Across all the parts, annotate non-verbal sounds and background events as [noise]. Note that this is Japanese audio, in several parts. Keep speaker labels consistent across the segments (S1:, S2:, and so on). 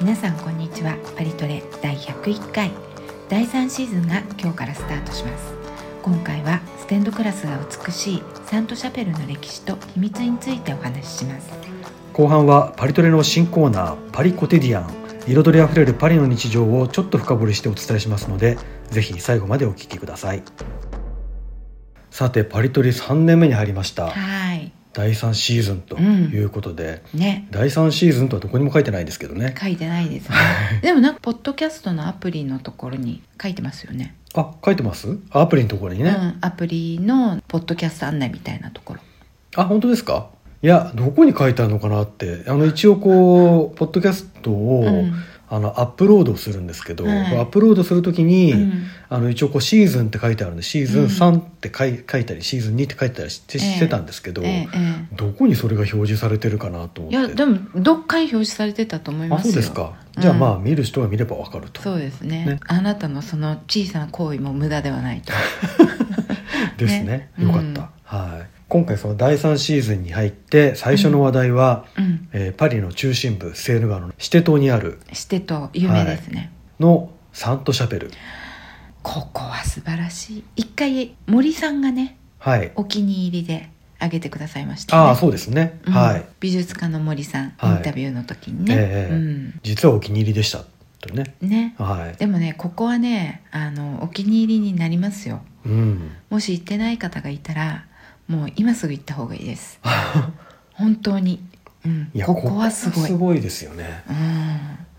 S1: 皆さんこんにちはパリトレ第101回第3シーズンが今日からスタートします今回はステンドクラスが美しいサントシャペルの歴史と秘密についてお話しします
S2: 後半はパリトレの新コーナーパリコテディアン彩りあふれるパリの日常をちょっと深掘りしてお伝えしますのでぜひ最後までお聞きくださいさてパリトレ3年目に入りました
S1: はい
S2: 第3シーズンということで、
S1: ね
S2: 第3シーズンとはどこにも書いてないですけどね
S1: 書いてないですねでもなんかポッドキャストのアプリのところに書いてますよね
S2: あ書いてますアプリのところにね、
S1: うんアプリのポッドキャスト案内みたいなところ
S2: あ本当ですかいやどこに書いてあるのかなってあの一応こうポッドキャストを、
S1: うん
S2: あのアップロードするんですけど、
S1: はい
S2: アップロードするときに、
S1: うん
S2: あの一応こうシーズンって書いてあるんでシーズン3って書い,、書いたりシーズン2って書いてたりして,、
S1: ええ
S2: してたんですけど、
S1: えええ
S2: どこにそれが表示されてるかなと
S1: え
S2: 思っ
S1: い
S2: て
S1: やでもどっかに表示されてたと思いま
S2: あ
S1: す
S2: そ
S1: よ
S2: うですか、じゃあ
S1: うん
S2: まあ見る人が見ればわかると
S1: そうですね
S2: ね
S1: あなたのその小さな行為も無駄ではない
S2: [laughs]
S1: と
S2: です
S1: ね
S2: ねよかった、はい今回その第3シーズンに入って最初の話題は、
S1: うん
S2: えーパリの中心部セーヌ川のシテ島にある
S1: してと有名ですね、
S2: のサントシャペル
S1: ここは素晴らしい一回森さんがね
S2: はい
S1: お気に入りであげてくださいました、ね、
S2: ああそうですね、
S1: うん
S2: はい
S1: 美術家の森さんイン
S2: はい
S1: タビューの時にね、
S2: ええ実はお気に入りでしたとね
S1: うん、ね
S2: はい
S1: でもねここはねあのお気に入りになりますよ [laughs]
S2: うん
S1: もし行ってない方がいたらもう今すぐ行った方がいいです本当に、うん、
S2: いや
S1: ここはす
S2: ここ
S1: ご
S2: はいすごいですよね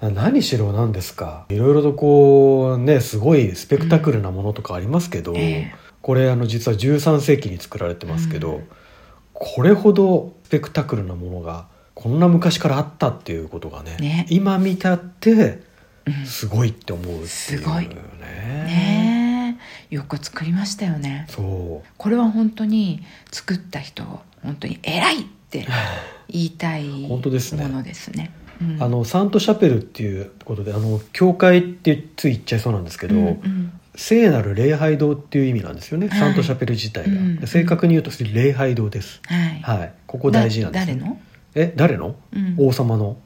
S1: うん
S2: 何しろなんですかいろいろとこうねすごいスペクタクルなものとかありますけど、
S1: うんええ
S2: これあの実は13世紀に作られてますけど、
S1: うん
S2: これほどスペクタクルなものがこんな昔からあったっていうことがね
S1: ね
S2: 今見たって
S1: うん
S2: すごいって思うってい
S1: す
S2: う
S1: ごい
S2: ね
S1: ねえよく作りましたよね
S2: そう
S1: これは本当に作った人本当に偉いって言いたいも
S2: [laughs] 本当ですね
S1: のですね。うん
S2: あのサントシャペルっていうことであの教会ってつい言っちゃいそうなんですけど、
S1: うんうん
S2: 聖なる礼拝堂っていう意味なんですよね、
S1: はい
S2: サントシャペル自体が、
S1: うん
S2: 正確に言うと礼拝堂です
S1: はい、
S2: はいここ大事なんです、
S1: だ誰の、
S2: え誰の、
S1: うん
S2: 王様の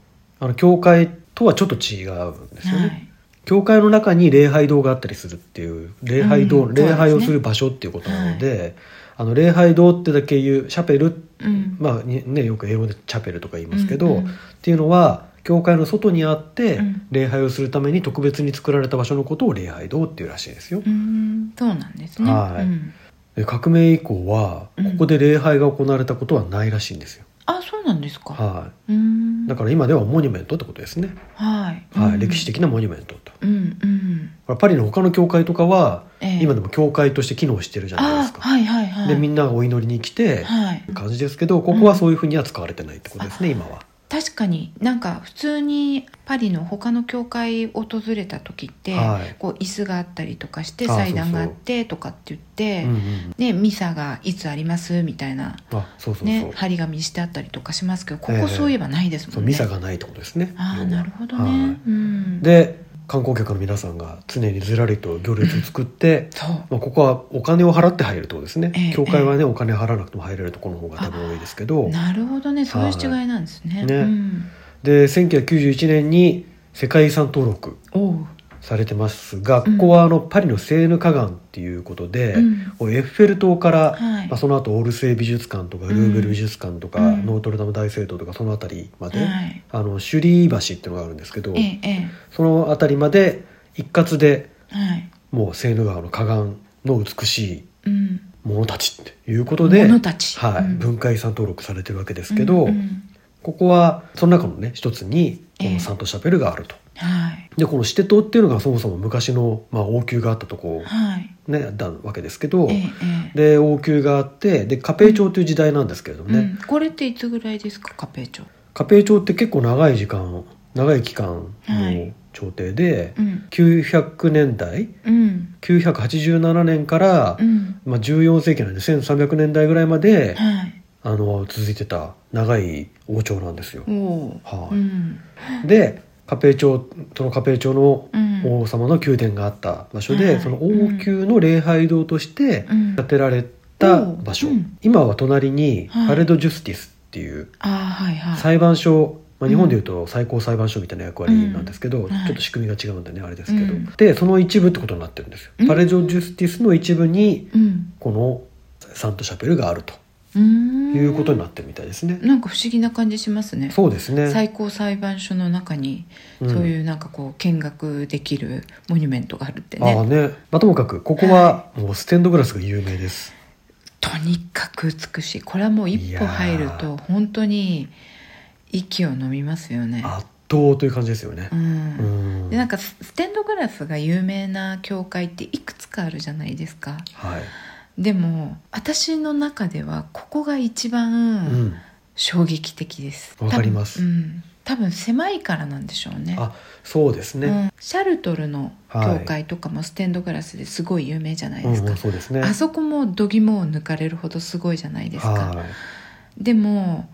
S2: あの教会とはちょっと違うんですよね、
S1: はい
S2: 教会の中に礼拝堂があったりするっていう礼拝堂、
S1: うん
S2: 礼拝
S1: そう
S2: を
S1: ですね
S2: する場所っていうことなので、あの礼拝堂ってだけ言うシャペル
S1: うん
S2: まあにね、よく英語でチャペルとか言いますけど、
S1: うんうん
S2: っていうのは教会の外にあって、
S1: うん
S2: 礼拝をするために特別に作られた場所のことを礼拝堂っていうらしいですよ
S1: う、んそうなんですね。
S2: はい
S1: うん
S2: で革命以降は
S1: う
S2: こ
S1: ん
S2: こで礼拝が行われたことはないらしいんですよ、
S1: あそうなんですか。
S2: は
S1: うーん
S2: い、だから今ではモニュメントってことですね、
S1: はい、
S2: はい
S1: うん
S2: 歴史。的なモニュメントと
S1: うんうん。
S2: これパリの他の教会とかは、
S1: ええ
S2: 今でも教会として機能してるじゃないです
S1: あ
S2: か、
S1: はいはいはい。
S2: でみんながお祈りに来て、
S1: はい
S2: い、感じですけどここはそういうふうには使われてないってことですね、今は
S1: 確かになんか普通にパリの他の教会を訪れた時って、
S2: はい
S1: こう椅子があったりとかして
S2: あ
S1: 祭壇があってとかって言って、
S2: うんうん
S1: ね、ミサがいつありますみたいな、
S2: あそうそうそう、
S1: ね、張り紙してあったりとかしますけどこ
S2: え
S1: こ
S2: え
S1: そういえばないです
S2: そ
S1: も
S2: うん
S1: ね。
S2: ミサがないってことですね。
S1: ああなるほどね、
S2: はい
S1: うん、
S2: で観光客の皆さんが常にずらりと行列を
S1: [laughs]
S2: 作って、
S1: そう
S2: まあ、ここはお金を払って入るってことですね、
S1: ええ
S2: 教会はねお金払わなくても入れるところの方が多分多いですけど
S1: なるほどねそういう違いなんですね。
S2: はいね
S1: うん、
S2: で1991年に世界遺産登録
S1: おう
S2: されてますがここはあのパリのセーヌ河岸っていうことで、
S1: うん
S2: エッフェル塔から、
S1: はい
S2: まあ、その後オールセイ美術館とかルーブル美術館とか、
S1: うん
S2: ノートルダム大聖堂とかその辺りまで、
S1: はい
S2: あのシュリー橋っていうのがあるんですけど、
S1: ええええ
S2: その辺りまで一括で
S1: はい
S2: もうセーヌ川の河岸の美しい
S1: うん、
S2: ものたちっていうことで
S1: 者たち
S2: はい
S1: うん
S2: 文化遺産登録されてるわけですけど、
S1: うんうん
S2: ここはその中のね一つにこ
S1: ええ
S2: のサントシャペルがあると。
S1: はい
S2: でこのシテ島っていうのがそもそも昔の、まあ、王宮があったとこ
S1: はい
S2: ねだわけですけど、
S1: ええええ
S2: で王宮があってでカペイ朝という時代なんですけれどもね、
S1: うん、これっていつぐらいですかカペイ町
S2: カペイ朝って結構長い時間長い期間
S1: はい
S2: の朝廷で、
S1: うん
S2: 900年代
S1: うん
S2: 987年から、
S1: うん
S2: まあ、14世紀なんで1300年代ぐらいまで、
S1: はい
S2: あの続いてた長い王朝なんですよ
S1: お。お
S2: は
S1: う
S2: い
S1: ん
S2: でカペイ朝そのカペイ朝の
S1: うん
S2: 王様の宮殿があった場所
S1: は
S2: で、
S1: い
S2: その王宮の礼拝堂として
S1: うん
S2: 建てられた
S1: おう
S2: 場所、
S1: うん
S2: 今は隣に
S1: はい
S2: パレド・ジュスティスっていう
S1: ああはいはい
S2: 裁判所まあ、日本でいうと最高裁判所みたいな役割なんですけど、
S1: んはい
S2: ちょっと仕組みが違うんでねあれですけど、
S1: うん
S2: でその一部ってことになってるんですよ、
S1: うん
S2: パレジョ・ジュスティスの一部に
S1: うん
S2: このサント・シャペルがあると
S1: うーん
S2: いうことになってるみたいですね、
S1: なんか不思議な感じしますね
S2: そうですね
S1: 最高裁判所の中に
S2: うん
S1: そういうなんかこう見学できるモニュメントがあるってね、
S2: ああね、まあ、ともかくここはもうステンドグラスが有名です、
S1: とにかく美しいこれはもう一歩入ると本当に息を飲みますよね
S2: 圧倒という感じですよね
S1: う、ん、
S2: うん
S1: でなんかスステンドグラスが有名な教会っていくつかあるじゃないですか
S2: はい、
S1: でも私の中ではここが一
S2: う
S1: 番
S2: ん、
S1: 衝撃的です
S2: わかります
S1: 多分うん、多分狭いからなんでしょうね
S2: あそうです
S1: う
S2: ね、
S1: ん、シャルトルの教会とかもステンドグラスですごい有名じゃないうで
S2: ん
S1: すか、
S2: うんそうですね
S1: あそこも度肝を抜かれるほどすごいじゃないですか
S2: はい
S1: でも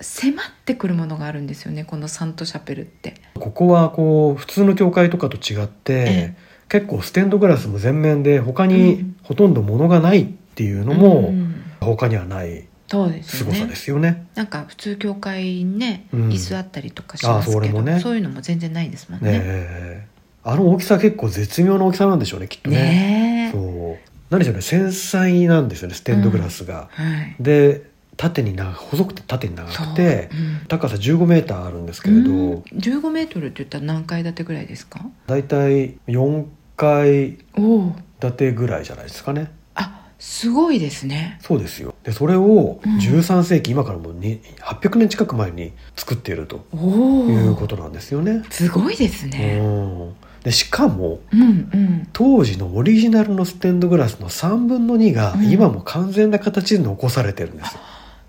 S1: 迫ってくるものがあるんですよねこのサントシャペルって
S2: ここはこう普通の教会とかと違って、
S1: え
S2: 結構ステンドグラスも全面で他
S1: う
S2: に
S1: ん
S2: ほとんど物がないっていうの
S1: う
S2: も
S1: ん
S2: 他にはない
S1: そうですよ
S2: 凄
S1: ね
S2: さですよね。
S1: なんか普通教会にね、
S2: うん
S1: 椅子あったりとかしますけど
S2: あそれもね
S1: そういうのも全然ないですもん
S2: ね
S1: ね
S2: えあの大きさ結構絶妙な大きさなんでしょうねきっとね。
S1: ねえ
S2: そう何でしょうね繊細なんですよねステンドグラスが。
S1: はい
S2: で縦に長細くて縦に長くて
S1: そううん
S2: 高さ15メーターあるんですけれど、
S1: うん15メートルって言ったら何階建てぐらいですか
S2: だいたい4階
S1: おお
S2: 建てぐらいじゃないですかね。
S1: あすごいですね
S2: そうですよでそれを
S1: うん
S2: 13世紀、今からもうに800年近く前に作っていると
S1: おお
S2: いうことなんですよね。
S1: すごいですね
S2: うんでしかも
S1: うんうん
S2: 当時のオリジナルのステンドグラスの3分の2が
S1: うん
S2: 今も完全な形で残されてるんです、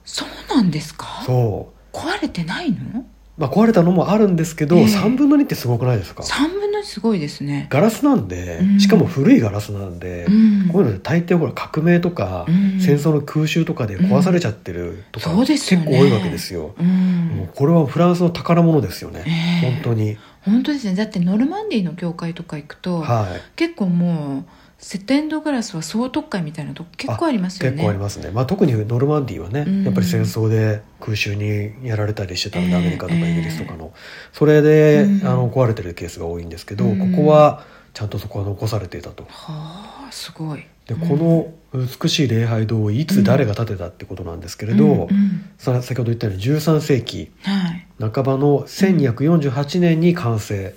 S1: そうなんですか
S2: そ
S1: 壊れてないの
S2: う、まあ、壊れたのもあるんですけど、
S1: ええ
S2: 3分の2ってすごくないですか
S1: 3分の1すごいですね
S2: ガラスなんで
S1: うん
S2: しかも古いガラスなんで、
S1: うん
S2: こういうので大抵ほら革命とか、
S1: うん
S2: 戦争の空襲とかで壊されちゃってるとか、
S1: うんそうです
S2: 結
S1: よ
S2: 構
S1: ね
S2: 多いわけですよ。
S1: う
S2: もうんこれはフランスの宝物ですよね、
S1: ええ
S2: 本当に
S1: 本当ですねだってノルマンディーの教会とか行くと
S2: はい
S1: 結構もうセテンドグラスは総特会みたいなとこ結構ありますよね
S2: 結構ありますね、まあ、特にノルマンディーはね、
S1: うん
S2: やっぱり戦争で空襲にやられたりしてたんで
S1: ええ
S2: アメリカとかイギリスとかの、それで、
S1: うん
S2: あの壊れてるケースが多いんですけど、
S1: うん
S2: ここはちゃんとそこは残されていたと
S1: はあすごい
S2: で
S1: うん
S2: この美しい礼拝堂をいつ誰が建てたってことなんですけれど、
S1: うんうん
S2: さ先ほど言ったように13世紀
S1: はい
S2: 半ばの1248年に完成、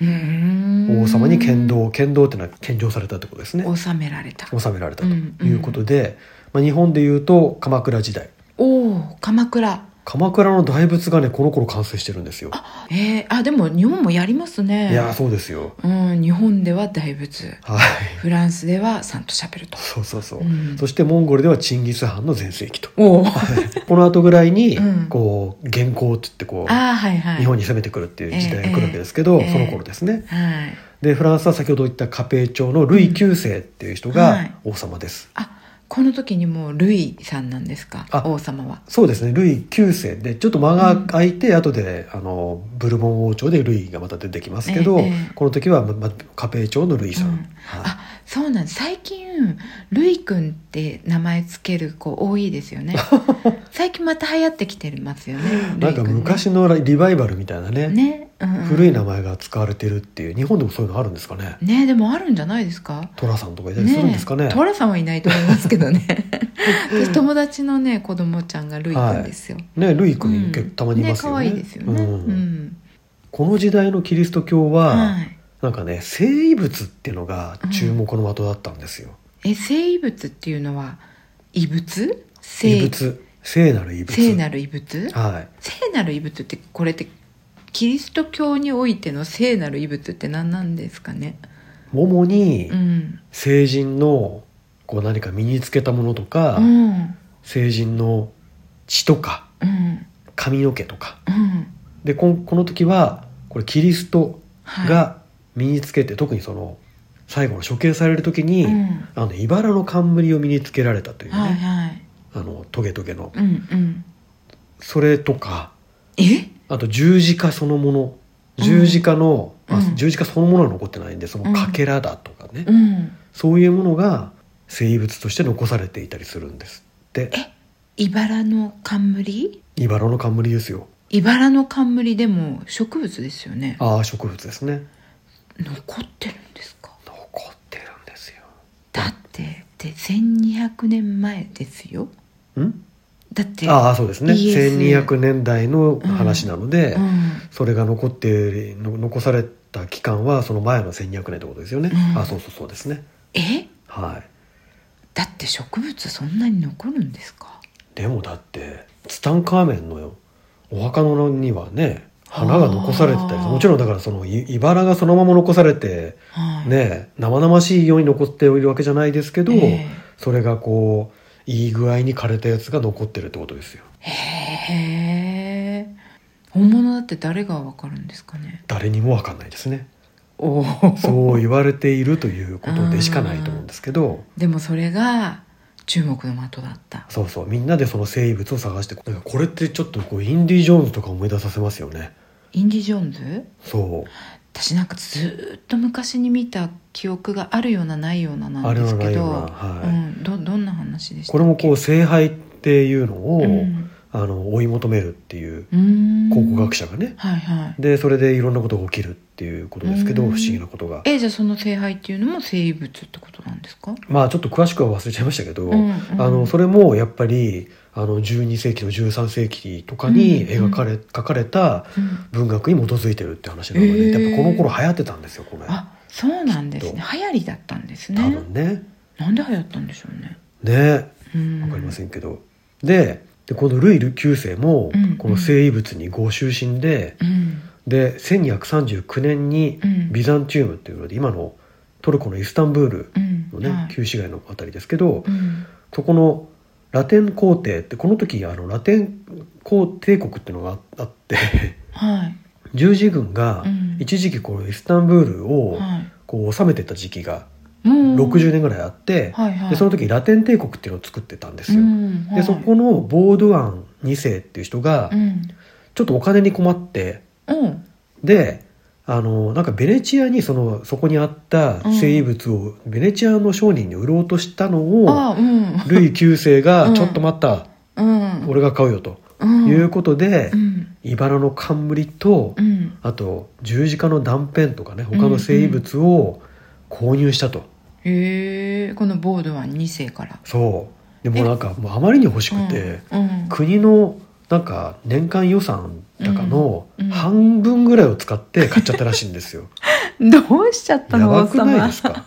S1: 王
S2: 王様に剣道剣道ってのは献上されたってことですね
S1: 収められた
S2: 収められたということで、まあ、日本でいうと鎌倉時代
S1: おお鎌倉
S2: 鎌倉の大仏がねこの頃完成してるんですよ
S1: えー、あでも日本もやりますね
S2: いやーそうですよ
S1: うん、日本では大仏
S2: はい [laughs]
S1: フランスではサントシャペルと、
S2: そうそうそう、
S1: うん
S2: そしてモンゴルではチンギス・ハンの全盛期と
S1: おお
S2: この後ぐらいに、
S1: うん
S2: こう元寇って言ってこう
S1: ああはいはい
S2: 日本に攻めてくるっていう時代が来るわけですけ
S1: え
S2: ど、
S1: えええ
S2: その頃ですね
S1: はい
S2: でフランスは先ほど言ったカペイ朝のルイ9世っていう人
S1: うんは
S2: が
S1: い
S2: 王様です、
S1: あこの時にもうルイさんなんですか
S2: あ
S1: 王様は
S2: そうですねルイ9世でちょっと間が空いて、後であのブルボン王朝でルイがまた出てきますけど、
S1: ええええ
S2: この時は、まま、カペイ朝のルイさん、
S1: うん
S2: はい
S1: あそうなんです最近ルイ君って名前つける子多いですよ
S2: [laughs]
S1: ね最近また流行ってきてますよね
S2: なんか昔のリバイバルみたいなね
S1: ルイ君ねね、うんうん
S2: 古い名前が使われてるっていう日本でもそういうのあるんですかね
S1: ねでもあるんじゃないですか
S2: 寅さんとかいたりするん
S1: ね
S2: ですかね
S1: トラさんはいないと思いますけどね私友達のね子供ちゃんがルイ君ですよ、
S2: ねルイ君、
S1: うん
S2: 結構たまにいますよね
S1: ね可愛いですよね。
S2: う
S1: うんん。
S2: この時代のキリスト教は、
S1: はい。
S2: なんかね聖遺物っていうのが注目の的だったんですよ、
S1: え、聖遺物っていうのは異物？
S2: 遺
S1: 聖
S2: 物聖なる遺物
S1: 聖なる異物？
S2: はい
S1: 聖なる異物ってこれってキリスト教においての聖なる異物って何なんですかね。
S2: 主に
S1: うん。
S2: 聖人のこう何か身につけたものとか、
S1: うん。
S2: 聖人の血とか
S1: うん。
S2: 髪の毛とか
S1: うん。
S2: でこんこの時はこれキリスト
S1: はい
S2: が身につけて、特にその最後の処刑される時に、
S1: うん
S2: あの茨の冠を身につけられたというね、
S1: はいはい。
S2: あのトゲトゲの
S1: うんうん。
S2: それとか
S1: え？
S2: あと十字架そのもの
S1: うん
S2: 十字架の、まあ
S1: うん
S2: 十字架そのものは残ってないんでそのかけらだとかね、
S1: うん。
S2: そういうものが生物として残されていたりするんですって
S1: え？茨の冠？
S2: 茨の冠ですよ
S1: 茨の冠でも植物ですよね
S2: ああ植物ですね
S1: 残ってるんですか
S2: 残ってるんです
S1: だってで1200年前ですよ
S2: よん
S1: だって
S2: ああそうですね
S1: ES
S2: 1200年代の話なので、
S1: うん、
S2: それが残っての残された期間はその前の1200年ってことですよね、
S1: うん
S2: ああそうそうそうですね
S1: え
S2: はい
S1: だって植物そんなに残るんですか
S2: でもだってツタンカーメンのお墓のにはね花が残されてたり
S1: あー
S2: もちろんだからそのい茨がそのまま残されて
S1: はい
S2: ね生々しいように残っているわけじゃないですけど、
S1: え
S2: それがこういい具合に枯れたやつが残ってるってことですよ
S1: えへえ本物だって誰がわかるんですかね
S2: 誰にも分かんないですね
S1: お
S2: そう言われているということでしかないと思うんです
S1: [laughs]
S2: けど
S1: でもそれが中国の的だった
S2: そうそうみんなでその生物を探してなんかこれってちょっとこうインディ・ジョーンズとか思い出させますよね
S1: インディ・ジョーンズ
S2: そう
S1: 私なんかずっと昔に見た記憶があるようなないようなな
S2: あ
S1: ん
S2: れ
S1: で
S2: は
S1: す
S2: な
S1: け
S2: いよ
S1: ど、
S2: うな、はい
S1: うん、どどんな話でした
S2: これもこう聖杯っていうのを、
S1: うん
S2: あの追い求めるっていう
S1: うーん
S2: 考古学者がね、
S1: はいはい
S2: でそれでいろんなことが起きるっていうことですけど、
S1: うん
S2: 不思議なことが
S1: えじゃあその聖杯っていうのも生物ってことなんですか、
S2: まあちょっと詳しくは忘れちゃいましたけど、
S1: うんうん
S2: あのそれもやっぱりあの12世紀の13世紀とかに
S1: うんうん
S2: 描かれ、描かれた
S1: うん
S2: 文学に基づいてるって話なので、
S1: へー
S2: やっぱこの頃流行ってたんですよこれ
S1: あそうなんです
S2: き
S1: ね
S2: っ
S1: 流行りだったんです
S2: 多
S1: ね
S2: 分ね
S1: なんで流行ったんでしょうね
S2: ね
S1: うん
S2: わかりませんけど、ででこのルイ9世も
S1: うんうん
S2: この聖遺物にご就寝で、
S1: うん
S2: で1239年に
S1: うん
S2: ビザンチウムっていうので今のトルコのイスタンブール
S1: うん
S2: のね、
S1: はい
S2: 旧市街のあたりですけど、
S1: うん
S2: そこのラテン皇帝ってこの時あのラテン皇帝国っていうのがああって [laughs]
S1: はい
S2: 十字軍が
S1: うん
S2: 一時期このイスタンブールを
S1: はい
S2: こう治めてた時期が
S1: もう
S2: 60年ぐらいあって、
S1: はいはい
S2: でその時ラテン帝国っていうのを作ってたんですよ。
S1: うんは
S2: で
S1: い
S2: そこのボードゥアン2世っていう人が
S1: うん
S2: ちょっとお金に困って
S1: うん
S2: であのなんかベネチアにそのそこにあった聖遺物をベネチアの商人に売ろうとしたのを、
S1: あうん
S2: ルイ9世
S1: う
S2: が「
S1: ん
S2: ちょっと待った、
S1: うん
S2: 俺が買うよ」と
S1: うん
S2: いうことで
S1: う、ん
S2: 茨の冠と、
S1: うん
S2: あと十字架の断片とかね他の聖遺物を購入したと、
S1: へえこのボードは2世から
S2: そうでもなんかもうあまりに欲しくて。
S1: うんうん
S2: 国のなんか年間予算とかの
S1: うんうん
S2: 半分ぐらいを使って買っちゃったらしいんですよ。
S1: [laughs] どうしちゃった
S2: や
S1: の
S2: ば
S1: 王
S2: くない
S1: 様
S2: ですか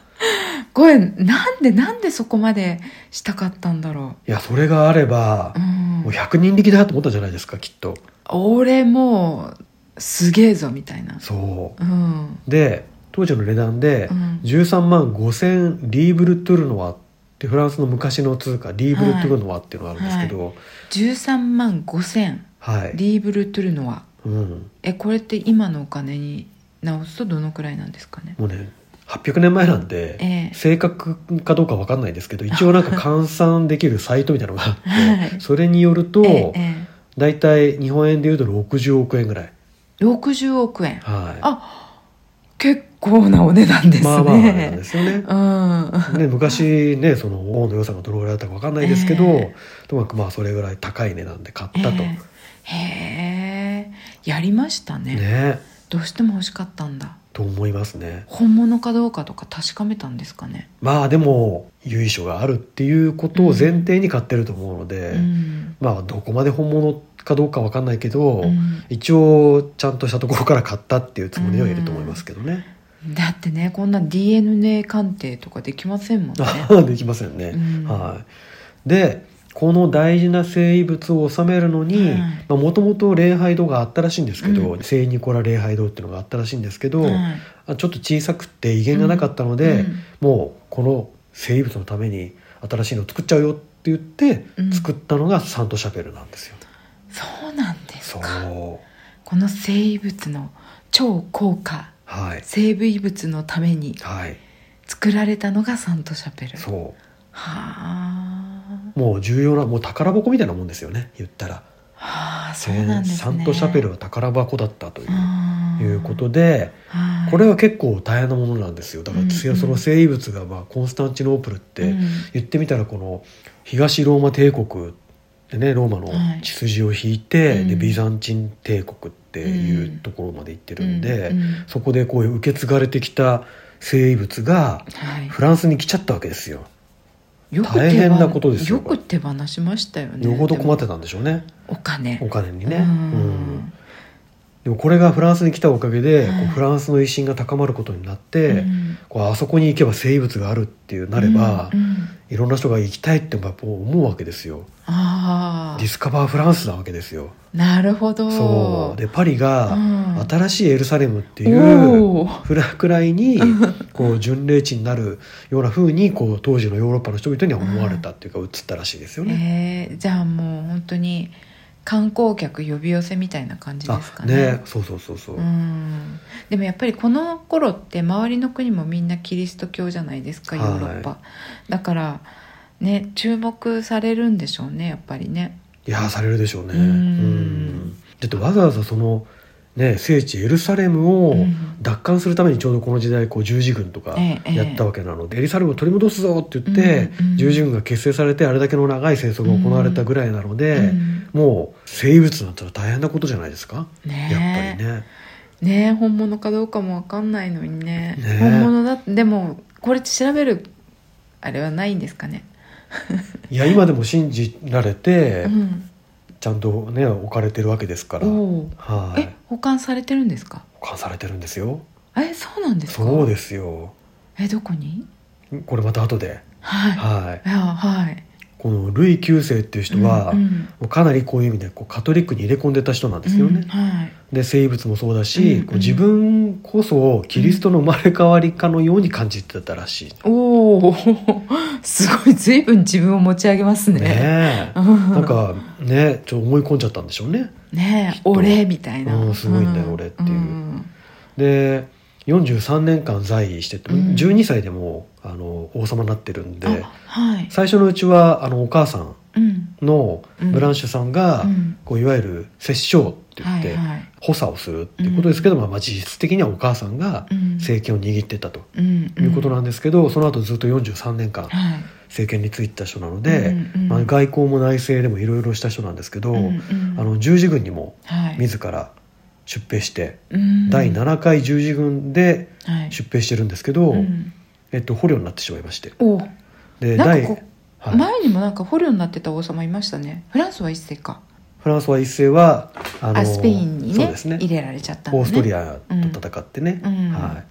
S1: これなんでなんでそこまでしたかったんだろ
S2: いやそれがあれば
S1: う、う、ん
S2: もう、100人力だと思ったんじゃないですかきっと。
S1: 俺もうすげえぞみたいな
S2: そ
S1: うん
S2: うで当時の値段で
S1: うん
S2: 13万5000リーブルトゥルノワってフランスの昔の通貨リーブルトゥルノワっていうのがあるんですけど、
S1: 13万5000
S2: はい、
S1: リーブルトゥルノワ
S2: うん、
S1: えこれって今のお金に直すとどのくらいなんですかね
S2: もうね800年前なんで、
S1: ええ
S2: 正確かどうかわかんないですけど一応なんか換算できるサイトみたいなのがあって、
S1: はい
S2: それによると、
S1: えええ
S2: 大体日本円でいうと60億円ぐらい、
S1: え60億円
S2: は
S1: あ結構なお値段で
S2: い、
S1: すね
S2: まあまあなんですよね。
S1: うん
S2: [laughs] ね、昔ねその王の予算がどのぐらいだったかわかんないですけど、
S1: え
S2: ともかくまあそれぐらい高い値段で買ったと、
S1: ええへえやりましたね
S2: ね
S1: どうしても欲しかったんだ
S2: と思いますね
S1: 本物かどうかとか確かめたんですかね、
S2: まあでも由緒があるっていうことを前提に買ってると思うので、
S1: うん
S2: まあどこまで本物かどうかわかんないけど、
S1: うん
S2: 一応ちゃんとしたところから買ったっていうつもりではいると思いますけどね、
S1: だってねこんな DNA 鑑定とかできませんもん
S2: [laughs]
S1: ね
S2: できませんね、
S1: うん
S2: はいでこの大事な聖遺物を納めるのに
S1: はい
S2: もともと礼拝堂があったらしいんですけど、
S1: うん
S2: 聖ニコラ礼拝堂っていうのがあったらしいんですけど、
S1: はい
S2: あちょっと小さくて威厳がなかったので、
S1: うん
S2: もうこの聖遺物のために新しいの作っちゃうよって言って
S1: うん
S2: 作ったのがサントシャペルなんですよ、
S1: そうなんです
S2: そう
S1: かこの生物の超高価
S2: はい
S1: 生物物のために
S2: はい
S1: 作られたのがサントシャペルは
S2: そう
S1: あ
S2: もう重要なもう宝箱みたいなもんですよね言ったら、
S1: はあそうなんですね
S2: サントシャペルは宝箱だったという,、
S1: と
S2: いうことでこれは結構大変なものなんですよだから、
S1: うんうん
S2: その聖遺物が、まあ、コンスタンチノープルって、
S1: うん
S2: 言ってみたらこの東ローマ帝国でねローマの
S1: はい
S2: 血筋を引いて、
S1: うん
S2: でビザンチン帝国っていううんところまで行って
S1: う
S2: る
S1: ん
S2: んで、
S1: うん
S2: そこでこう受け継がれてきた生物が
S1: はい
S2: フランスに来ちゃったわけですよ。
S1: よく
S2: 大
S1: 手
S2: 変
S1: 放
S2: なことですよ
S1: よく手放しましたよね
S2: よほど困って
S1: で
S2: たんでしょうね
S1: もお金
S2: お金に
S1: う
S2: ね。うん
S1: ん
S2: でもこれがフランスに来たおかげ
S1: は
S2: で、
S1: い
S2: こうフランスの威信が高まることになって、
S1: うん
S2: こうあそこに行けば生物があるっていうなれば、
S1: うんうん
S2: いろんな人が行きたいってやっぱ思うわけですよ。
S1: あ
S2: ディスカバーフランスなわけですよ。
S1: あなるほど
S2: そうでパリ
S1: う
S2: が
S1: ん
S2: 新しいエルサレムっていう
S1: おー
S2: フラくら
S1: [laughs]
S2: いにこう巡礼地になるような風にこう当時のヨーロッパの人々には思われたっていうか映ったらしいですよね。
S1: えーじゃあもう本当に観光客呼び寄せみたいな感じですか
S2: あ
S1: ね
S2: ねそうそうそうそう。
S1: うんでもやっぱりこの頃って周りの国もみんなキリスト教じゃないですかヨ
S2: はい
S1: ーロッパ、だからね注目されるんでしょうねやっぱりね
S2: いやーされるでしょうね。
S1: うん
S2: うんだってわざわざそのね聖地エルサレムを
S1: うん
S2: 奪還するためにちょうどこの時代こう十字軍とか
S1: ええええ
S2: やったわけなので、エルサレムを取り戻すぞって言って、
S1: うんうん
S2: 十字軍が結成されてあれだけの長い戦争が行われたぐらいなので、
S1: うん
S2: もう生物なんてのは大変なことじゃないですか、やっ
S1: ね
S2: ぱりね。
S1: ね本物かどうかも分かんないのにね
S2: ね
S1: 本物だでもこれ調べるあれはないんですかね
S2: いや今でも信じられて、
S1: うん
S2: ちゃんとね置かれてるわけですから、
S1: お
S2: は
S1: ーえ
S2: い、
S1: 保管されてるんですか
S2: 保管されてるんですよ。
S1: えそうなんですか
S2: そうですよ。
S1: えどこに
S2: これまた後で、
S1: はい
S2: は
S1: い
S2: い。
S1: やはい
S2: このルイ9世っていう人は、
S1: うんうん
S2: もうかなりこういう意味でこうカトリックに入れ込んでた人なんですよね。
S1: うんはい
S2: で生物もそうだし、
S1: うんうん
S2: こう自分こそキリストの生まれ変わりかのように感じてたらしい。
S1: おお [laughs] すごい随分自分を持ち上げますね
S2: ねえ、
S1: うん
S2: なんかねちょっと思い込んじゃったんでしょうね。
S1: ねえ
S2: と
S1: 俺みたいな、
S2: うんすごいんだよ俺っていうんで43年間在位してて、
S1: うん
S2: 12歳でもうあの王様になってるんで
S1: あはい、
S2: 最初のうちはあのお母さん
S1: うん
S2: のブランシュさんが、
S1: うん
S2: こういわゆる摂政って言って、
S1: はいはい
S2: 補佐をするっていうことですけど、まあまあ実質的にはお母さんが
S1: うん
S2: 政権を握ってたと
S1: うん
S2: いうことなんんですけど、その後ずっと43年間
S1: はい
S2: 政権に就いてた人なので、
S1: うんうん
S2: まあ、外交も内政でもいろいろした人なんですけど、
S1: うんうん
S2: あの十字軍にも
S1: はい
S2: 自ら出兵して、
S1: うん
S2: 第7回十字軍で
S1: はい
S2: 出兵してるんですけど、
S1: うん
S2: えっと、捕虜になってしまいまして
S1: おー
S2: で
S1: なん
S2: 第
S1: かこう、
S2: はい
S1: 前にもなんか捕虜になってた王様いましたねフランスは一世か
S2: フランスは一世はあ
S1: あスペインに
S2: そう
S1: ね
S2: ですね
S1: 入れられちゃったんだね
S2: オーストリアと戦ってね、
S1: うんうん
S2: はい、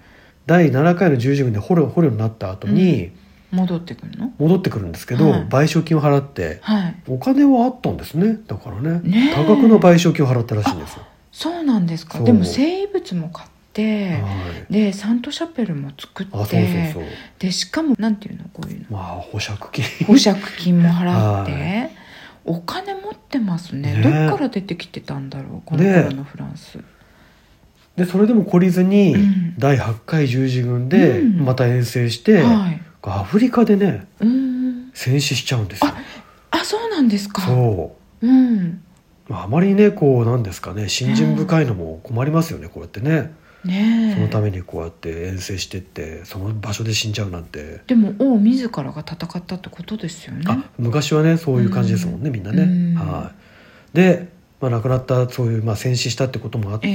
S2: 第7回の十字軍で捕虜捕虜になった後に
S1: 戻ってくるの
S2: 戻ってくるんですけど、
S1: はい
S2: 賠償金を払って
S1: はい
S2: お金はあったんですねだからね
S1: ねえ
S2: 多額の賠償金を払ったらしいんですよ、
S1: そうなんですか
S2: そう
S1: でも生物も買って
S2: はい、
S1: でサントシャペルも作って
S2: あそうそうそう
S1: でしかもなんていうのこういうの
S2: まあ保釈金
S1: 保釈金も払って、
S2: は
S1: お金持ってますね
S2: ね
S1: どっから出てきてたんだろうこの頃のフランス、
S2: でそれでも懲りずに、
S1: うん
S2: 第8回十字軍で
S1: うん
S2: また遠征して、
S1: はい
S2: アフリカでね
S1: うーん
S2: 戦死しちゃうんですよ
S1: あそうなんですか、
S2: そう
S1: ん、
S2: うあまりねこうなんですかね信心深いのも困りますよねこうやってね
S1: ねえ
S2: そのためにこうやって遠征してってその場所で死んじゃうなんて
S1: でも王自らが戦ったってことですよね
S2: あ昔はねそういう感じですもんね、みんなね、
S1: うん
S2: はいで、まあ、亡くなったそういう、まあ、戦死したってこともあって、
S1: え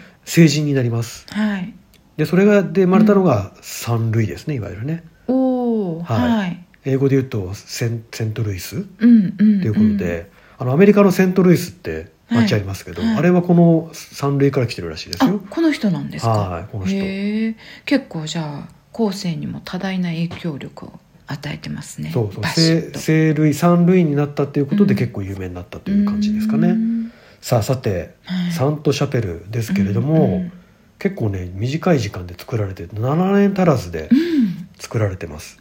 S1: え
S2: 成人になります
S1: ええはい
S2: でそれがで生まれたのが三類ですねいわゆるね
S1: おお
S2: はい
S1: はい、
S2: 英語で言うとセンセントルイス
S1: うんうん
S2: ということで、あのアメリカのセントルイスって街ありますけど、
S1: はいはい
S2: あれはこの三類から来てるらしいです
S1: あ
S2: よ
S1: この人なんですか、
S2: はいこの人
S1: へえ結構じゃあ後世にも多大な影響力を与えてますね
S2: そうそう
S1: バシッ
S2: 生
S1: と
S2: 生類三類になったっていうことで結構有名になったという感じですかね、
S1: うん
S2: さあさて
S1: はい
S2: サントシャペルですけれども、
S1: うん
S2: 結構ね短い時間で作られて7年足らずで
S1: うん
S2: 作られてます、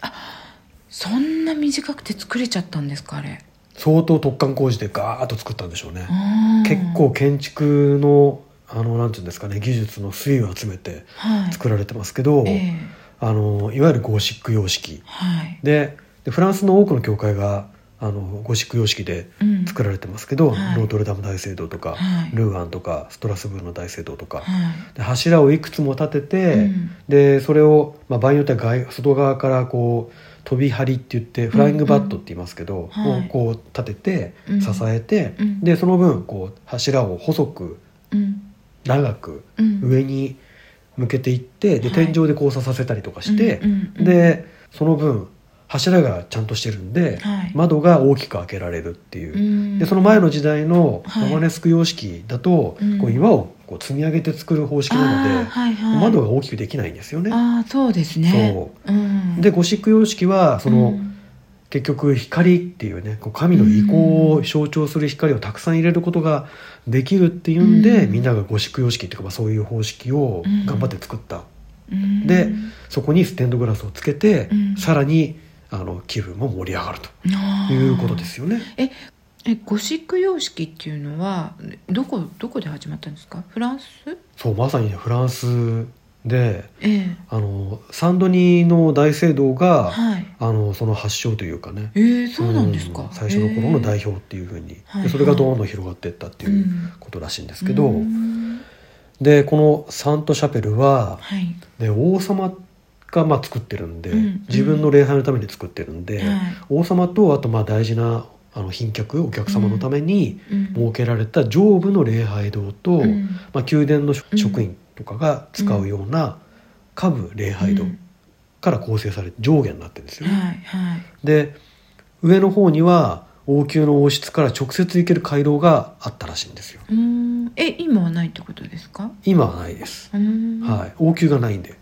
S1: そんな短くて作れちゃったんですかあれ
S2: 相当突貫工事でガーッと作ったんでしょうね、
S1: あー
S2: 結構建築のあのなんていうんですかね技術の粋を集めて
S1: はい
S2: 作られてますけど、
S1: ええ
S2: あのいわゆるゴシック様式
S1: はい
S2: ででフランスの多くの教会があのゴシック様式で
S1: うん
S2: 作られてますけど、
S1: はい
S2: ノートルダム大聖堂と
S1: は
S2: か、
S1: い
S2: ルーアンとかストラスブールの大聖堂とか、
S1: はい
S2: で柱をいくつも立てて、
S1: うん
S2: でそれを、まあ、場合によっては外外側からこう飛び張りって言ってフライングバットって言いますけど、
S1: うんうん
S2: をこう立て
S1: うん
S2: て支えて、
S1: うん
S2: でその分こう柱を細く
S1: うん
S2: 長く
S1: うん
S2: 上に向けていってで
S1: はい
S2: 天井で交差させたりとかして、
S1: うんうんうん
S2: でその分柱がちゃんとしてるんで、
S1: はい
S2: 窓が大きく開けられるっていう
S1: う。ん
S2: でその前の時代の
S1: はい
S2: ロマネスク様式だと、
S1: うん
S2: こう岩をこう積み上げて作る方式なの
S1: あー
S2: で、
S1: はいはい、
S2: 窓が大きくできないんですよね。
S1: ああそうですね、
S2: そう
S1: ん、
S2: でゴシック様式はその、
S1: うん
S2: 結局光っていうねこう神の意向を象徴する光をたくさん入れることができるっていうんで、
S1: うん
S2: みんながゴシック様式っていうかまあそういう方式を
S1: うん
S2: 頑張って作った、
S1: うん
S2: でそこにステンドグラスをつけて、
S1: うん
S2: さらにあの気分も盛り上がると
S1: あー
S2: いうことですよね。
S1: えゴシック様式っていうのはどこどこで始まったんですかフランス
S2: そうまさにねフランスで
S1: ええ
S2: あのサンドニーの大聖堂が、
S1: はい
S2: あのその発祥というかね
S1: えー、そうなんですか、
S2: うん最初の頃の代表っていうふうに、
S1: はい
S2: でそれがどんどん広がっていったっていう
S1: うん
S2: ことらしいんですけど、
S1: うん
S2: でこのサント・シャペルは、
S1: はい、
S2: ね、王様がまあ作ってるんで、
S1: うん
S2: 自分の礼拝のために作ってるんで、
S1: はい
S2: 王様とあとまあ大事なあの賓客お客様のために
S1: うん
S2: 設けられた上部の礼拝堂と、
S1: うん
S2: まあ、宮殿の職
S1: うん
S2: 職員とかが使うような下部礼拝堂
S1: うん
S2: から構成されて上下になってるんですよね。
S1: はいはい
S2: で上の方には王宮の王室から直接行ける回廊があったらしいんですよ
S1: うーんえ今はないってことですか
S2: 今はないです、
S1: うーん
S2: はい王宮がないんで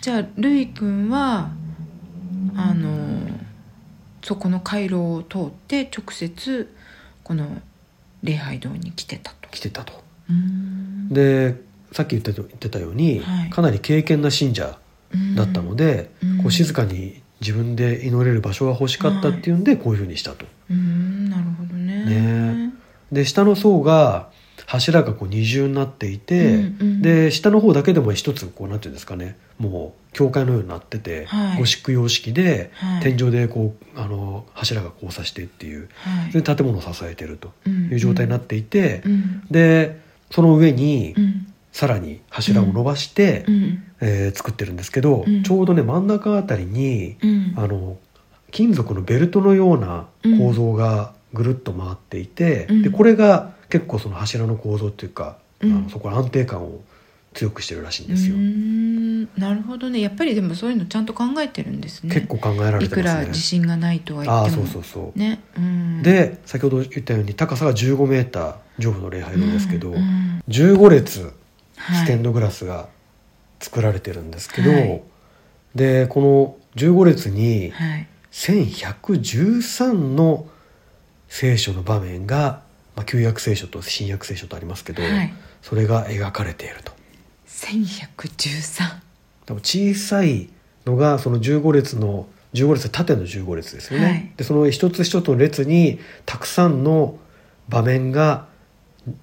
S1: じゃあるいくんはあのそこの回廊を通って直接この礼拝堂に来てたと
S2: 来てたと
S1: うーん
S2: でさっき言ってた言ってたように、
S1: はい
S2: かなり敬虔な信者だったので、
S1: うん
S2: こう静かに自分で祈れる場所が欲しかったっていうんで、こういうふうにしたと
S1: うーんなるほどね
S2: ねで下の層が柱がこう二重になっていて、
S1: うんうん
S2: で下の方だけでも一つこうなんていうんですかねもう教会のようになってて、
S1: はい
S2: ゴシック様式で
S1: はい
S2: 天井でこうあの柱が交差してっていう
S1: はい
S2: で建物を支えてると
S1: うん
S2: いう状態になっていて、
S1: うん
S2: でその上に
S1: うん
S2: さらに柱を伸ばして、
S1: うん
S2: えー作ってるんですけど、
S1: うん
S2: ちょうどね真ん中あたりに
S1: うん
S2: あの金属のベルトのような構造がぐるっと回っていて、
S1: うん
S2: でこれが結構その柱の構造っていうか、
S1: うん
S2: あのそこの安定感を強くしてるらしいん
S1: う
S2: ですよ。
S1: ーんなるほどねやっぱりでもそういうのちゃんと考えてるんですね
S2: 結構考えられ
S1: い
S2: て
S1: くら
S2: ま
S1: 自
S2: すね。
S1: 信がないとは言
S2: あ
S1: っ
S2: あー
S1: て
S2: そ
S1: も
S2: うそうそう。
S1: ねうん
S2: で先ほど言ったように高さが15メーター上部の礼拝堂ですけど、
S1: うんうん
S2: 15列
S1: はい
S2: ステンドグラスが作られてるんですけど、
S1: はい
S2: でこの15列に
S1: はい
S2: 1113の聖書の場面が、まあ、旧約聖書と新約聖書とありますけど、
S1: はい
S2: それが描かれていると。
S1: 1113
S2: でも小さいのがその15列の15列は縦の15列ですよね、
S1: はい
S2: でその一つ一つの列にたくさんの場面が、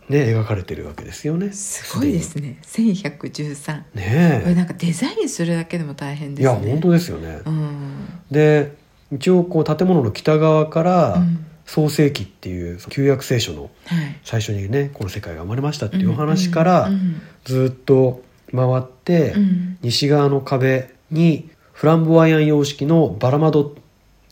S2: ね、描かれてるわけですよね
S1: すごいですね1113
S2: でに
S1: これ
S2: ね
S1: なんかデザインするだけでも大変
S2: えい
S1: です
S2: や
S1: ね
S2: 本当ですよね、
S1: うん
S2: で一応こう建物の北側から
S1: うん
S2: 創世記っていう旧約聖書の
S1: はい
S2: 最初にねこの世界が生まれましたっていうお話から
S1: うん
S2: ずっと回って、
S1: うん
S2: 西側の壁にフランボワイアン様式のバラ窓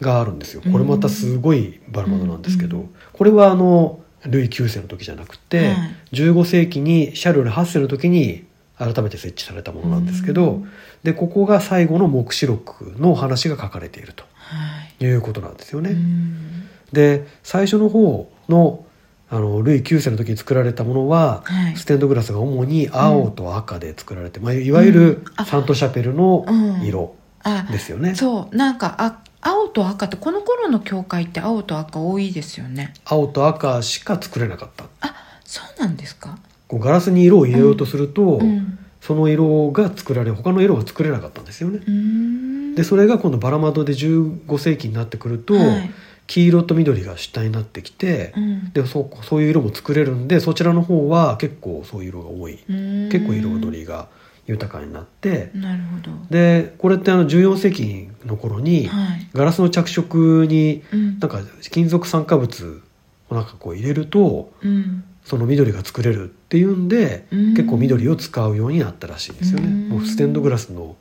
S2: があるんですよこれまたすごいバラ窓なんですけど、
S1: うんうん
S2: これはあのルイ9世の時じゃなくて、
S1: はい
S2: 15世紀にシャルル8世の時に改めて設置されたものなんですけど、
S1: うん
S2: でここが最後の黙示録のお話が書かれていると
S1: はい
S2: いうことなんですよね。
S1: うん
S2: で最初の方のあのルイ9世の時に作られたものは、
S1: はい
S2: ステンドグラスが主に青と赤で作られて、まあ、いわゆる
S1: あ
S2: サントシャペルの
S1: うん
S2: 色
S1: あ
S2: ですよね、
S1: そうなんかあ青と赤ってこの頃の教会って青と赤多いですよね
S2: 青と赤しか作れなかった
S1: あそうなんですか
S2: こうガラスに色を入れようとすると、
S1: うん
S2: その色が作られ他の色が作れなかったんですよね
S1: う、ーん
S2: でそれが今度バラ窓で15世紀になってくると、
S1: はい
S2: 黄色と緑が主体になってきて
S1: う、ん
S2: でそうそういう色も作れるんでそちらの方は結構そういう色が多い、
S1: うん
S2: 結構彩りが豊かになって、
S1: なるほど
S2: でこれってあの14世紀の頃に、
S1: はい
S2: ガラスの着色に
S1: うん
S2: なんか金属酸化物をなんかこう入れると
S1: うん
S2: その緑が作れるっていうんで、
S1: うん
S2: 結構緑を使うようになったらしいんですよね、
S1: うん
S2: もうステンドグラスの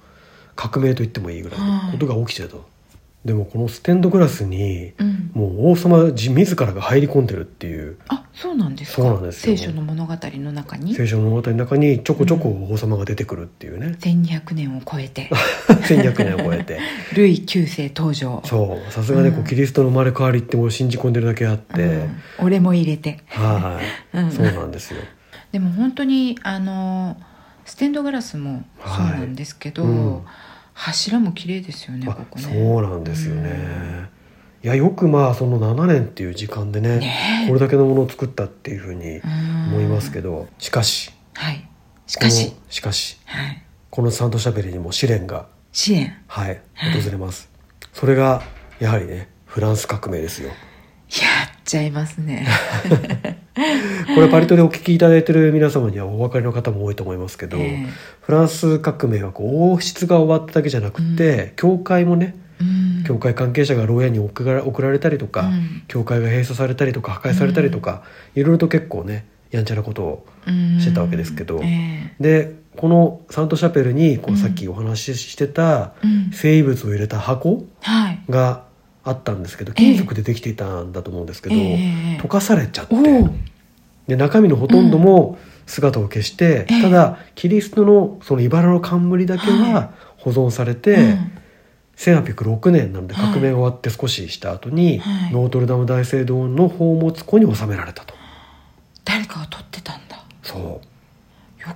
S2: 革命と言ってもいいぐらい
S1: は
S2: の
S1: い
S2: ことが起きてたとでもこのステンドグラスに
S1: うん、
S2: もう王様自自らが入り込んでるっていう
S1: あそうなんですか
S2: そうなんですよ
S1: 聖書の物語の中に
S2: 聖書の物語の中にちょこちょこ王様が出てくるってい
S1: [laughs]
S2: うね、
S1: 1200年を超え
S2: [laughs]
S1: て
S2: 1200年を超えて
S1: ルイ9世登場
S2: そうさすがねこ
S1: う
S2: うんキリストの生まれ変わりってもう信じ込んでるだけあって、
S1: うん俺も入れて、
S2: は
S1: う
S2: い
S1: ん
S2: そうなんですよ
S1: でも本当にあのステンドグラスもそう
S2: はい
S1: なんですけど、
S2: うん
S1: 柱も綺麗ですよね
S2: あ
S1: ここね
S2: そうなんですよね、
S1: うん
S2: いやよくまあその7年っていう時間でね
S1: ねえ
S2: これだけのものを作ったっていうふうに思いますけ
S1: ど
S2: ど、しかし
S1: はいしかし
S2: このしかし
S1: はい
S2: このサントシャペルにも試練が
S1: 支援
S2: はい
S1: はい
S2: 訪れます、それがやはりねフランス革命ですよ
S1: やっちゃいます
S2: [laughs]
S1: ね
S2: これパリトでお聞きいただいてる皆様にはお分かりの方も多いと思いますけど、
S1: ええ
S2: フランス革命はこう王室が終わっただけじゃなくて、教会もね
S1: うん
S2: 教会関係者が牢屋に送ら送られたりとか、
S1: うん
S2: 教会が閉鎖されたりとか破壊されたりとか、いろいろと結構ねやんちゃなことを
S1: うん
S2: してたわけですけど
S1: え
S2: でこのサントシャペルにこ
S1: う
S2: うんさっきお話ししてた
S1: えうん
S2: 生物を入れた箱
S1: はい
S2: があったんですけど
S1: ええ
S2: 金属でできていたんだと思うんですけど、
S1: ええええ
S2: 溶かされちゃって
S1: おお
S2: で中身のほとんども姿を消して、
S1: ええ
S2: ただキリストのその茨の冠だけは
S1: は
S2: 保存されて、1806年なので
S1: はい
S2: 革命が終わって少しした後に、
S1: はい
S2: ノートルダム大聖堂の宝物庫に収められたと
S1: 誰かが撮ってたんだ
S2: そ
S1: よ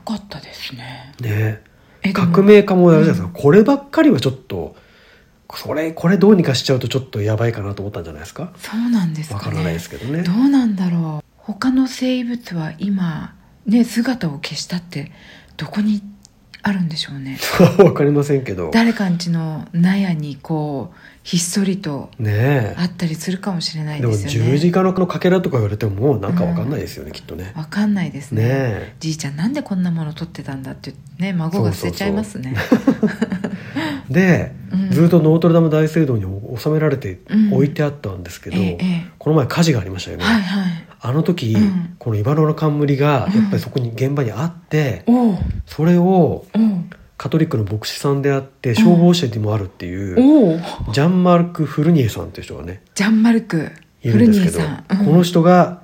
S1: かったですね
S2: うね
S1: えでも
S2: 革命家もあれじゃないですか、こればっかりはちょっとそれこれどうにかしちゃうとちょっとやばいかなと思ったんじゃないですか
S1: そうなんです
S2: わ
S1: かね
S2: からないですけどね [laughs]
S1: どうなんだろう他の生物は今ね姿を消したってどこにあるんでしょうね
S2: わかりませんけどね
S1: 誰かんちの納屋にこうひっそりと
S2: え
S1: あったりするかもしれない
S2: で
S1: で
S2: も
S1: すよね
S2: 十字架のかけらとか言われてももうなんかわかんないですよね、きっとね
S1: わかんないですね
S2: ねえ
S1: じいちゃんなんでこんなもの取ってたんだってね孫が捨てちゃいますね
S2: で、
S1: うん
S2: [laughs] ずっとノートルダム大聖堂に収められて
S1: うん
S2: 置いてあったんですけど、
S1: えええ
S2: この前火事がありましたよ
S1: え
S2: ね、
S1: はいはい
S2: あの時、
S1: うん
S2: この茨の冠が
S1: うん
S2: やっぱりそこに現場にあって、
S1: おう
S2: それを
S1: おう
S2: カトリックの牧師さんであって消防士でもあるってい
S1: お
S2: う、
S1: う
S2: ジャンマルク・フルニエさんっていう人がね
S1: ジャンマルク
S2: い
S1: フ
S2: る
S1: ル
S2: んで
S1: ニ
S2: す
S1: エ
S2: けど、
S1: さん、うん
S2: この人が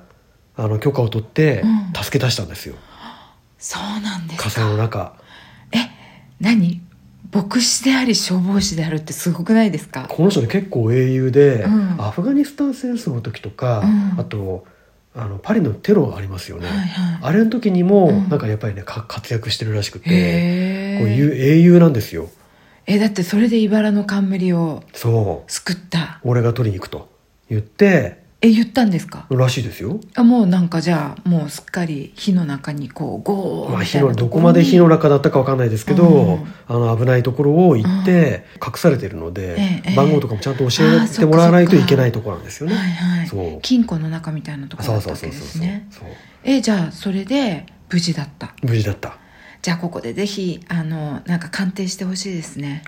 S2: あの許可を取って
S1: うん
S2: 助け出したんですよ、
S1: そうなんですか
S2: 火災の中
S1: 何牧師であり消防士であるってすごくないですか
S2: この人ね結構英雄で、
S1: うん
S2: アフガニスタン戦争の時とか、
S1: うん
S2: あとあのパリのテロありますよね、
S1: はいはい
S2: あれの時にも、
S1: うん
S2: なんかやっぱりねか活躍してるらしくて、
S1: へ
S2: こう
S1: え
S2: いう英雄なんですよ
S1: えだってそれで茨の冠を
S2: そう
S1: 救った
S2: 俺が取りに行くと言って
S1: え言ったんですから
S2: しいですよ、
S1: あもうなんかじゃあもうすっかり火の中にこうゴー
S2: まあ、
S1: み
S2: 火
S1: たいな
S2: の
S1: と
S2: ど
S1: こ
S2: こ
S1: ろに
S2: まで火の中だったかわかんないですけど、
S1: うん
S2: あの危ないところを行って隠されてるので、
S1: ええ
S2: 番号とかもちゃんと教
S1: あ
S2: え
S1: あ
S2: てもらわないと
S1: そっ
S2: い
S1: か
S2: けないところなんですよね。
S1: はいはい
S2: そう
S1: 金庫の中みたいなところ
S2: そ
S1: だ
S2: う
S1: った
S2: そう
S1: わけ
S2: そう
S1: で
S2: そう
S1: す
S2: そう
S1: ねえじゃあそれで無事だった
S2: 無事だった
S1: じゃあここでぜひあのなんか鑑定してほしいですね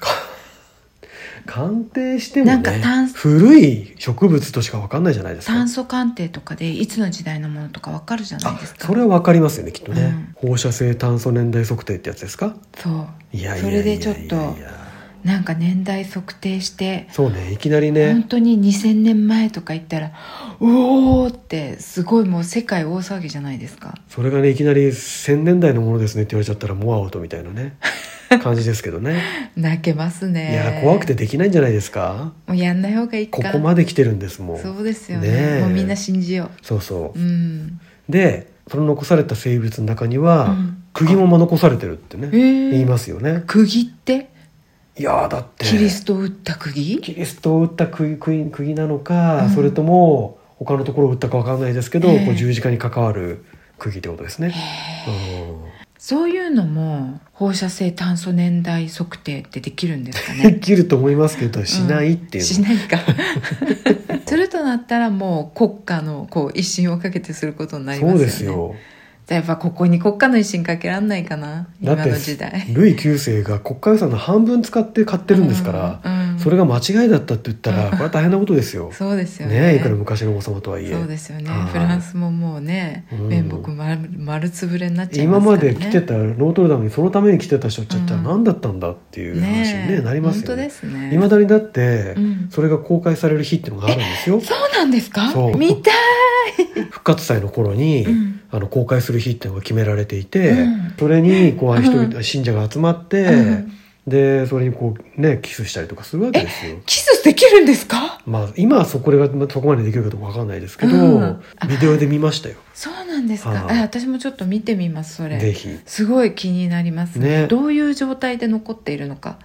S2: 鑑定してもね
S1: なんか炭素
S2: 古い植物としかわかんないじゃないですか
S1: 炭素鑑定とかでいつの時代のものとかわかるじゃない
S2: あ
S1: ですか
S2: それはわかりますよねきっとね、放射性炭素年代測定ってやつですか
S1: そう
S2: いやいやいやいや
S1: それでちょっ
S2: いや
S1: と
S2: いや
S1: なんか年代測定して
S2: そうねいきなり
S1: 本
S2: ね
S1: 当に2000年前とか言ったらうおーってすごいもう世界大騒ぎじゃないですか
S2: それがねいきなり1000年代のものですねって言われちゃったらもうアウトみたい
S1: [laughs]
S2: なね感じですけどね、
S1: 泣けますね
S2: いや怖くてできないんじゃないですか
S1: もうやんない方がいいか
S2: ここまで来てるんですもん
S1: そうですよね
S2: ねえ
S1: もうみんな信じよ
S2: そうそう
S1: ううん
S2: でその残された生物の中には、
S1: うん
S2: 釘も残されてるってね
S1: へえ
S2: 言いますよね
S1: 釘って
S2: いやーだって
S1: キリストを打った釘、
S2: キリストを打った釘釘釘なのか、
S1: うん
S2: それとも他のところを打ったかわかんないですけど、
S1: ええ
S2: こう十字架に関わる釘ってことですね。うん
S1: そういうのも放射性炭素年代測定ってできるんですか
S2: で
S1: ね
S2: きると思いますけどしないっていう
S1: し
S2: の、
S1: ないか [laughs] するとなったらもう国家のこう一心をかけてすることになります
S2: そ
S1: よ
S2: う
S1: ね
S2: ですよ。
S1: じゃあやっぱここに国家の威信かけらんないかな
S2: だっ
S1: 今
S2: て
S1: の時代
S2: ルイ9世が国家予算の半分使って買ってるんですから、
S1: うんうん
S2: それが間違いだったって言ったら、
S1: うん
S2: これは大変なことですよ。
S1: そうですよね
S2: ねえいくら昔の王様とはいえ
S1: そうですよね、
S2: はい
S1: フランスももうね
S2: うん
S1: 面目丸丸つぶれになっちゃいま
S2: 今
S1: すか
S2: ま
S1: らね
S2: で来てたロートルダムにそのために来てた人っちゃったら
S1: うん
S2: 何だったんだっていう話に、ね
S1: ねえ
S2: なりますよ
S1: 本当で
S2: ね。
S1: すね
S2: いまだにだって、
S1: うん
S2: それが公開される日っていうのがあるんです
S1: [laughs]
S2: よ。
S1: そうなんですか
S2: そう
S1: 見たい、
S2: 復活祭の頃に、
S1: うん
S2: あの公開する日っていうのが決められていて、
S1: うん
S2: それにこうあの人々、
S1: う
S2: 信者が集まって、
S1: うん
S2: でそれにこうねキスしたりとかするわけですよ。
S1: キスできるんですか
S2: まあ今はそこれがまあそこまでできるかどうかわかんないですけど、
S1: うん
S2: ビデオで見ましたよ。
S1: そうなんですか、
S2: はい
S1: あ私もちょっと見てみますそ
S2: ぜ
S1: れ
S2: ひ。
S1: すごい気になります
S2: ね
S1: どういう状態で残っているのか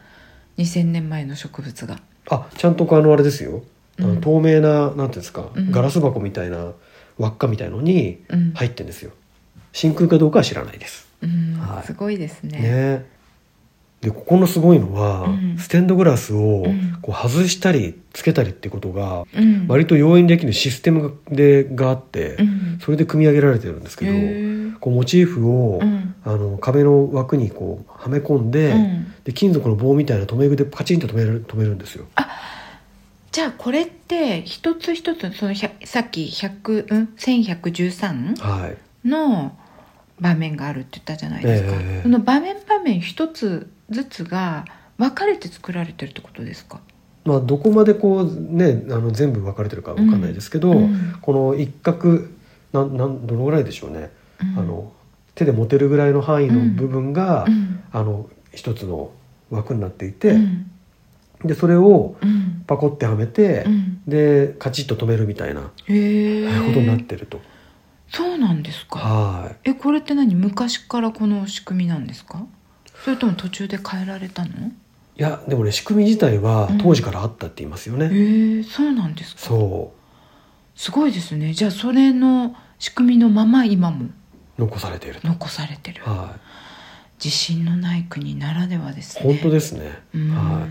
S1: 2000年前の植物が
S2: あちゃんとこうあのあれですよ、あの
S1: うん
S2: 透明ななんていうんですか、
S1: うん
S2: ガラス箱みたいな輪っかみたいのに
S1: うん、
S2: 入ってんですよ真空かどうかは知らないです
S1: うん
S2: はい
S1: すごいですね
S2: ねでここのすごいのは、
S1: うん
S2: ステンドグラスを
S1: うん
S2: こう外したりつけたりってことが
S1: うん
S2: 割と容易にできるシステムがでがあって、
S1: うん
S2: それで組み上げられてるんですけど、
S1: へー
S2: こうモチーフを、
S1: うん
S2: あの壁の枠にこうはめ込んで,、
S1: うん
S2: で金属の棒みたいな留め具でカチンと留める留めるんですよ。
S1: じゃあこれって一つ一つそのひゃさっき100、うん、1113
S2: はい
S1: の場面があるって言ったじゃないですか、
S2: ええ
S1: その場面場面一つずつが分かれて作られてるってことですか
S2: まあ、どこまでこう、ね、あの全部分かれてるかわかんないですけど、
S1: うん
S2: この一角なんなんどのぐらいでしょうね、
S1: うん
S2: あの手で持てるぐらいの範囲の部分が、
S1: うん
S2: あの一つの枠になっていて、
S1: うん
S2: でそれを
S1: うん
S2: パコってはめて、
S1: うん
S2: でカチッと止めるみたいな
S1: へえ
S2: ことになってると。
S1: そうなんですか
S2: は
S1: えこれって何昔からこの仕組みなんですかそれとも途中で変えられたの
S2: い、いやでもね仕組み自体は
S1: うん
S2: 当時からあったって言いますよね。
S1: へえそうなんですか
S2: そ
S1: すごいですねじゃあそれの仕組みのまま今も
S2: う残されていると、
S1: 残されてる
S2: は
S1: 自信のない国ならではです
S2: い、
S1: ね
S2: 本当ですね。
S1: うん
S2: はい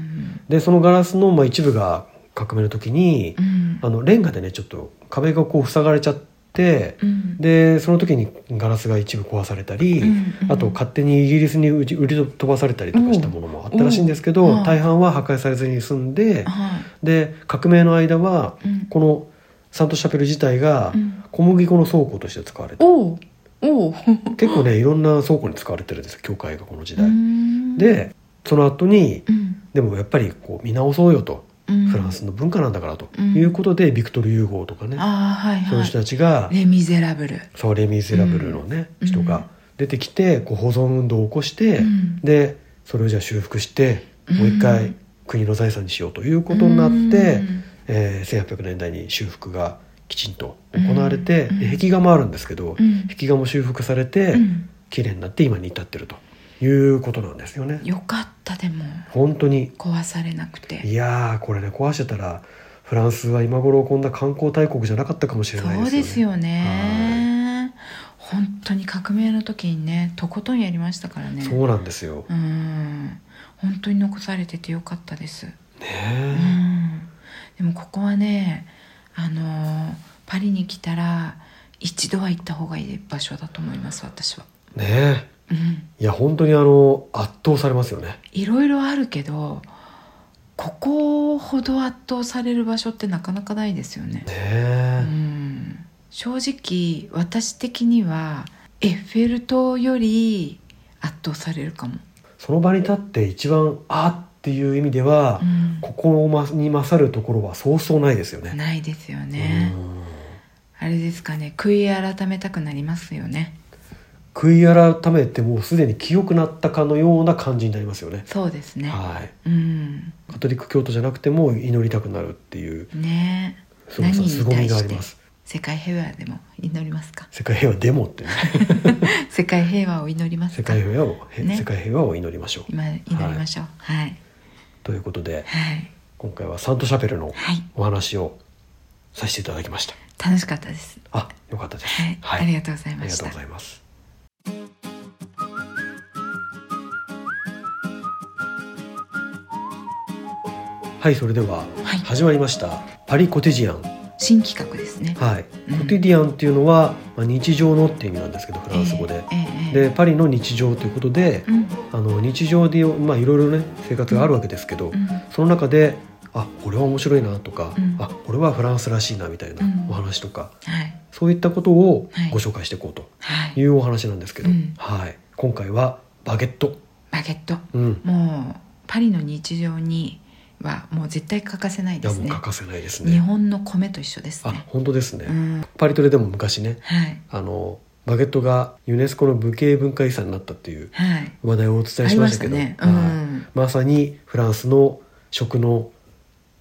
S2: でそのガラスのまあ一部が革命の時に、
S1: うん
S2: あのレンガでねちょっと壁がこう塞がれちゃって、
S1: うん
S2: でその時にガラスが一部壊されたり、
S1: うんうん
S2: あと勝手にイギリスに売り売り飛ばされたりとかしたものもあったらしいんですけど、
S1: うんうん
S2: 大半は破壊されずに済んで、
S1: は
S2: で革命の間は、
S1: いうん
S2: このサントシャペル自体が
S1: うん
S2: 小麦粉の倉庫として使われて、
S1: おうおう
S2: 結構ねいろんな倉庫に使われてるんですよ教会がこの時代。
S1: うん
S2: でその後に
S1: うん
S2: でもやっぱりこう見直そうよと。
S1: うん
S2: フランスの文化なんだからと
S1: うん
S2: いうことで、ビクトル・ユーゴーとかね、
S1: ああはい
S2: そういう
S1: はい
S2: 人たちが
S1: レ・ミゼラブル
S2: 「そうレ・ミゼラブル」のね、
S1: うん
S2: 人が出てきてこう保存運動を起こして、
S1: うん
S2: でそれをじゃあ修復して
S1: うん
S2: もう一回国の財産にしようということになって、
S1: うん
S2: えー1800年代に修復がきちんと行われて、
S1: うん
S2: で壁画もあるんですけど、
S1: うん
S2: 壁画も修復されて、
S1: うん
S2: 綺麗になって今に至ってるということなんですよね。
S1: よかったでも
S2: 本当に
S1: 壊されなくて
S2: いやーこれね壊してたらフランスは今頃こんな観光大国じゃなかったかもしれ
S1: そ
S2: ないですよね。
S1: うですよね本当に革命の時にねとことんやりましたからね
S2: そうなんですよ。
S1: うん本当に残されててよかったですう
S2: ね
S1: んでもここはねあのーパリに来たら一度は行った方がいい場所だと思います私は、
S2: え。ね
S1: うん、
S2: え。いや本当にあの圧倒されますよね。
S1: いろいろあるけどここほど圧倒される場所ってなかなかないですよね
S2: ね
S1: う
S2: え。
S1: ん正直私的にはエッフェル塔より圧倒されるかも、
S2: その場に立って一番あっていう意味では、
S1: うん
S2: ここに勝るところはそうそうないですよね。
S1: ないですよね
S2: うん
S1: あれですかね悔い改めたくなりますよね
S2: 悔い改めてもうすでに清くなったかのような感じになりますよね。
S1: そうですね
S2: はい。
S1: うん
S2: カトリック教徒じゃなくても祈りたくなるっていう
S1: ね
S2: すごさ
S1: 何に
S2: 凄み
S1: 対
S2: があ
S1: し
S2: り
S1: て
S2: ます。
S1: 世界平和でも祈りますか [laughs]
S2: 世界平和デモってね。
S1: 世界平和を祈りますか
S2: 世界平和を、へ
S1: ね
S2: 世界平和を祈りましょう
S1: 今祈りましょうはい
S2: ということで
S1: はい、
S2: 今回はサントシャペルの
S1: はい
S2: お話をさせていただきました
S1: 楽しかったです
S2: あよかったです
S1: はい、ありがとうござい
S2: あ
S1: ま
S2: りが
S1: し
S2: とう
S1: た
S2: ございますはいそれでは
S1: はい
S2: 始まりましたパリコテジアン
S1: 新企画ですね
S2: はい
S1: うん
S2: コテディアンっていうのはまあ日常のっていう意味なんですけどフランス語で
S1: ええええ
S2: でパリの日常ということで
S1: うん
S2: あの日常でまあいろいろね生活があるわけですけど
S1: うん
S2: その中であこれは面白いなとか、
S1: うん
S2: あこれはフランスらしいなみたいな
S1: うん
S2: お話とか、
S1: はい
S2: そういったことを
S1: はい
S2: ご紹介していこうと
S1: はい
S2: いうお話なんですけど、
S1: うん
S2: はい、今回はバゲット、
S1: バゲット
S2: うん、
S1: もうパリの日常にはもう絶対欠かせない
S2: い
S1: で
S2: や
S1: す
S2: もう
S1: ね
S2: 欠かせないです
S1: 日
S2: ね。
S1: 本の米と一緒です
S2: あ
S1: ね
S2: 本当ですね、
S1: うん
S2: パリトレでも昔ね
S1: はい
S2: あのバゲットがユネスコの無形文化遺産になったっていう
S1: はい
S2: 話題をお伝え
S1: あ
S2: し
S1: り
S2: ま
S1: ま
S2: し
S1: した
S2: け
S1: た
S2: ど
S1: ねう
S2: はい
S1: ん
S2: まさにフランスの食の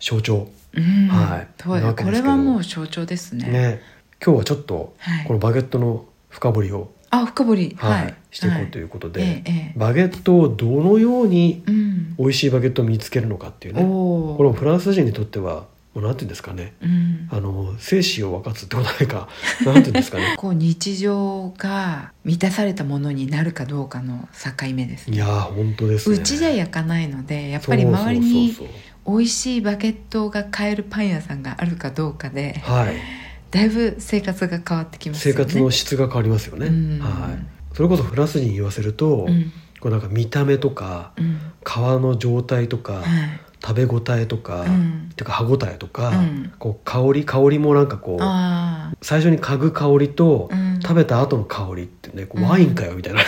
S2: 象徴、
S1: うん
S2: はい
S1: そう
S2: な
S1: だ
S2: わけ
S1: こ
S2: ですけ
S1: れ
S2: ど
S1: はもう象徴ですね
S2: ね、今日はちょっと
S1: はい
S2: このバゲットの深掘りを、
S1: あ深掘り
S2: はい
S1: はい
S2: していこうということで、
S1: はいええええ
S2: バゲットをどのように
S1: うん
S2: 美味しいバゲットを見つけるのかっていうね
S1: おお
S2: これもフランス人にとってはもうなんて言うんですかね
S1: うん
S2: あの生死を分かつってことない
S1: [laughs]
S2: かなんて言うんですかね
S1: こう日常が満たされたものになるかどうかの境目です
S2: い
S1: ね
S2: やー本当ですね
S1: うちじゃ焼かないのでやっぱり周りに
S2: そうそうそう
S1: 美味しいバゲットが買えるパン屋さんがあるかどうかで
S2: そうはい
S1: だいぶ生活が変わってきます
S2: 生
S1: よね
S2: 活の質が変わりますよね、
S1: うん
S2: はい、それこそフランス人に言わせると、
S1: うん
S2: こうなんか見た目とか
S1: うん
S2: 皮の状態とか、
S1: はい
S2: 食べ応えとか、
S1: うん
S2: てか歯応えとか、
S1: うん
S2: こう香り香りもなんかこう
S1: あ
S2: 最初に嗅ぐ香りと、
S1: あうん
S2: 食べた後の香りってねこう
S1: うん
S2: ワインかよみた
S1: [laughs]
S2: いな、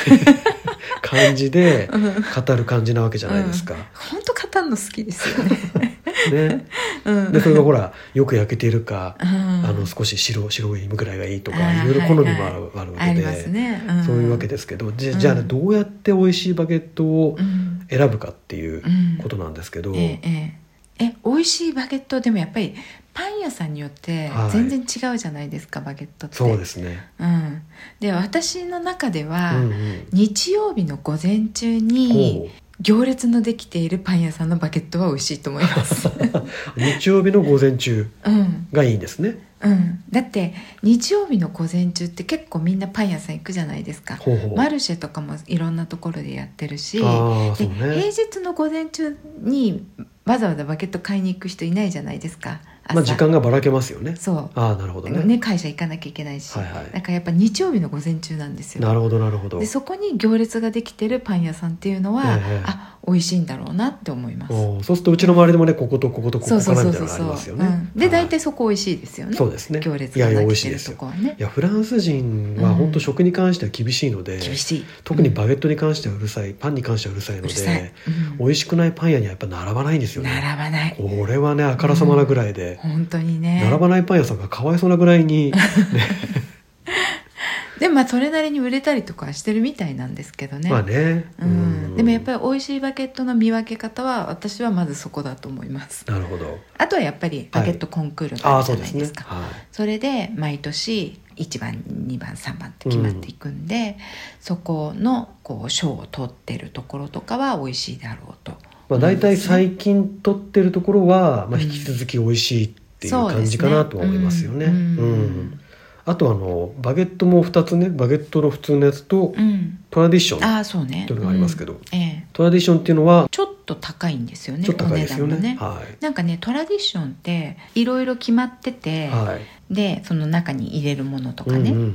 S2: 感じで
S1: うん
S2: 語る感じなわけじゃないですか。
S1: 本当語るの好きですよね [laughs]
S2: ね、
S1: うん
S2: [laughs] でそれがほらよく焼けているか、
S1: うん
S2: あの少し白白いぐらいがいいとか、
S1: あー
S2: いろいろ好みも
S1: は
S2: あ
S1: い
S2: る,、あるわ
S1: あ
S2: け
S1: り
S2: で、
S1: ますね、ん
S2: そういうわけですけどじゃじゃあね、
S1: うん
S2: どうやって美味しいバゲットを
S1: うん
S2: 選ぶかっていう
S1: うん
S2: ことなんですけど、
S1: えええええ美味しいバゲットでもやっぱりパン屋さんによって
S2: はい
S1: 全然違うじゃないですか、バゲットって
S2: そうですね。
S1: うん、で私の中で
S2: う
S1: は、
S2: んうん
S1: 日曜日の午前中に
S2: こう
S1: 行列のできているパン屋さんのバゲットは美味しいと思い
S2: [laughs]
S1: ます、
S2: 日曜日の午前中
S1: うん
S2: がいいんですね。
S1: うん、だって日曜日の午前中って結構みんなパン屋さん行くじゃないですか
S2: ほうほう。
S1: マルシェとかもいろんなところでやってるし
S2: ああ、そ
S1: で
S2: う
S1: 平
S2: ね。
S1: 日の午前中にわざわざバゲット買いに行く人いないじゃないですか朝、
S2: まあ時間がばらけますよね。
S1: そ
S2: ああ、なるほ
S1: う
S2: ど
S1: ね
S2: ね。
S1: 会社行かなきゃいけないし、
S2: はいは
S1: だからやっぱ日曜日の午前中なんです
S2: い。
S1: よ
S2: なるほどなるほど
S1: で。そこに行列ができてるパン屋さんっていうのは、
S2: ええ
S1: あ美味しいんだろうなって思います
S2: おーそうするとうちの周りでもねこことこことここ
S1: そう
S2: か
S1: そうそ
S2: らみ
S1: う
S2: たい
S1: そ
S2: な
S1: うそう
S2: のありますよ
S1: う
S2: ね
S1: ん。で
S2: はい
S1: 大体そこ美味しいですよね
S2: そうですね。
S1: 行列
S2: いや
S1: が
S2: いや美
S1: で
S2: 味
S1: き
S2: していで
S1: る
S2: す
S1: と
S2: よ。
S1: こはね
S2: いやフランス人は
S1: うん
S2: 本当食に関しては厳しいので、
S1: 厳しい
S2: 特に
S1: うん
S2: バゲットに関してはうるさい、パンに関してはうるさいの
S1: うるさい
S2: で、、美味しくないパン屋にはやっぱ並ばないんです
S1: うん
S2: よね。
S1: 並ばない
S2: これはねあからさまなぐらいで、
S1: 本当にね
S2: 並ばないパン屋さんがかわいそうなぐらいに、
S1: でもまあそれなりに売れたりとかはしてるみたいなんですけ [laughs] どね、
S2: まあね。
S1: うん、でもやっ
S2: り
S1: ぱり美味しいバゲットの見分け方は私はまずそこだと思います
S2: なるほど。
S1: あとはやっぱりバゲットコンクールがあ
S2: ああ
S1: るじゃ
S2: そうで
S1: ない
S2: す
S1: で
S2: ね
S1: す。か、
S2: はい。
S1: それで毎年1番2番3番って決まっていくんで、そこのこう賞を取ってるところとかは美味しいだろうと
S2: まあ、大体最近取ってるところは、まあ、引き続き美味しいっていう
S1: そう
S2: 感
S1: です
S2: じ
S1: ね
S2: かなとは思いますよね。う
S1: うんん
S2: あとあのバゲットも2つねバゲットの普通のやつと
S1: うん
S2: トラディション
S1: ああそうね
S2: というのがありますけど、
S1: うんええ
S2: トラディションっていうのは
S1: ちょっと高いんですよね
S2: ちょっと高いですよね。
S1: お値段もね
S2: はい
S1: なんかねトラディションっていろいろ決まってて、
S2: はい
S1: でその中に入れるものとかね、
S2: うんうんうん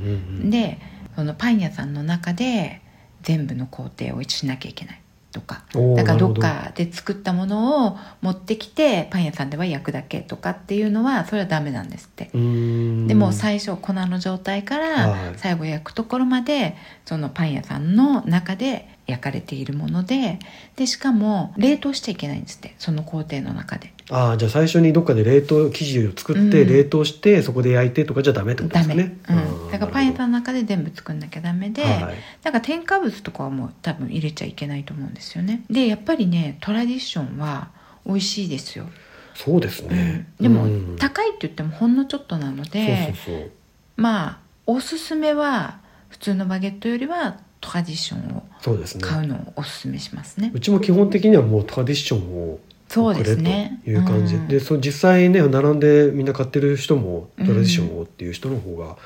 S2: うん
S1: でそのパン屋さんの中で全部の工程をしなきゃいけないとか
S2: おー
S1: だからどっ
S2: なる
S1: かで作ったものを持ってきてパン屋さんでは焼くだけとかっていうのはそれはダメなんですって
S2: ほどうーん
S1: でも最初粉の状態か
S2: はい
S1: ら最後焼くところまでそのパン屋さんの中で焼かれているものででしかも冷凍しちゃいけないんですってその工程の中で
S2: ああじゃあ最初にどっかで冷凍生地を作って、
S1: うん
S2: 冷凍してそこで焼いてとかじゃダメってことで
S1: ダ
S2: す
S1: メ、
S2: ね。
S1: うん、だからパン屋
S2: ん
S1: さんの中で全部作んなきゃダメで、
S2: はい
S1: なんか添加物とかはもう多分入れちゃいけないと思うんですよねでやっぱりねトラディションは美味しいですよ、
S2: そうですね。
S1: うんでも、
S2: うん
S1: 高いって言ってもほんのちょっとなので
S2: そうそうそう
S1: まあおすすめは普通のバゲットよりはトラディションを
S2: そうですね。
S1: 買うのをおすすめしますね、
S2: うちも基本的にはもうトラディションを
S1: そうで
S2: くれ
S1: す
S2: と
S1: ね
S2: いう感じで,、
S1: うん
S2: その実際ね並んでみんな買ってる人もトラディションをっていう人の方が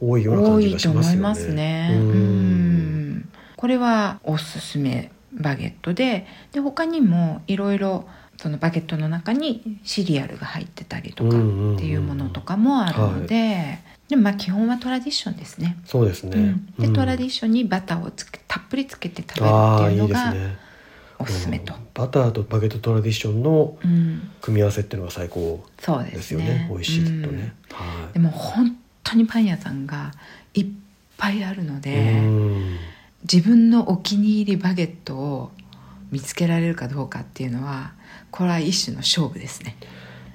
S2: 多いような
S1: 多
S2: 感じ
S1: い
S2: が
S1: と
S2: しま
S1: 思
S2: すよね。
S1: いますね
S2: う
S1: うんんこれはおすすめバゲットでで他にもいろいろそのバゲットの中にシリアルが入ってたりとかっていうものとかもあるので、でもまあ基本はトラディションですね、
S2: そうですね。
S1: うんでトラデ
S2: ィシ
S1: ィションにバターをつけたっぷりつけて食べる
S2: あ
S1: っ
S2: あ
S1: て
S2: い
S1: いうの
S2: いです
S1: が
S2: ね。
S1: おすすめと
S2: うん、バターとバゲットトラディションの
S1: うん、
S2: 組み合わせっていうのが最高
S1: そうで
S2: です
S1: す
S2: よ
S1: ね
S2: ね美味しいとね、
S1: うん
S2: は
S1: でも本当にパン屋さんがいっぱいあるの
S2: い、
S1: で、
S2: うん
S1: 自分のお気に入りバゲットを見つけられるかどうかっていうのはこれは一種の勝負ですね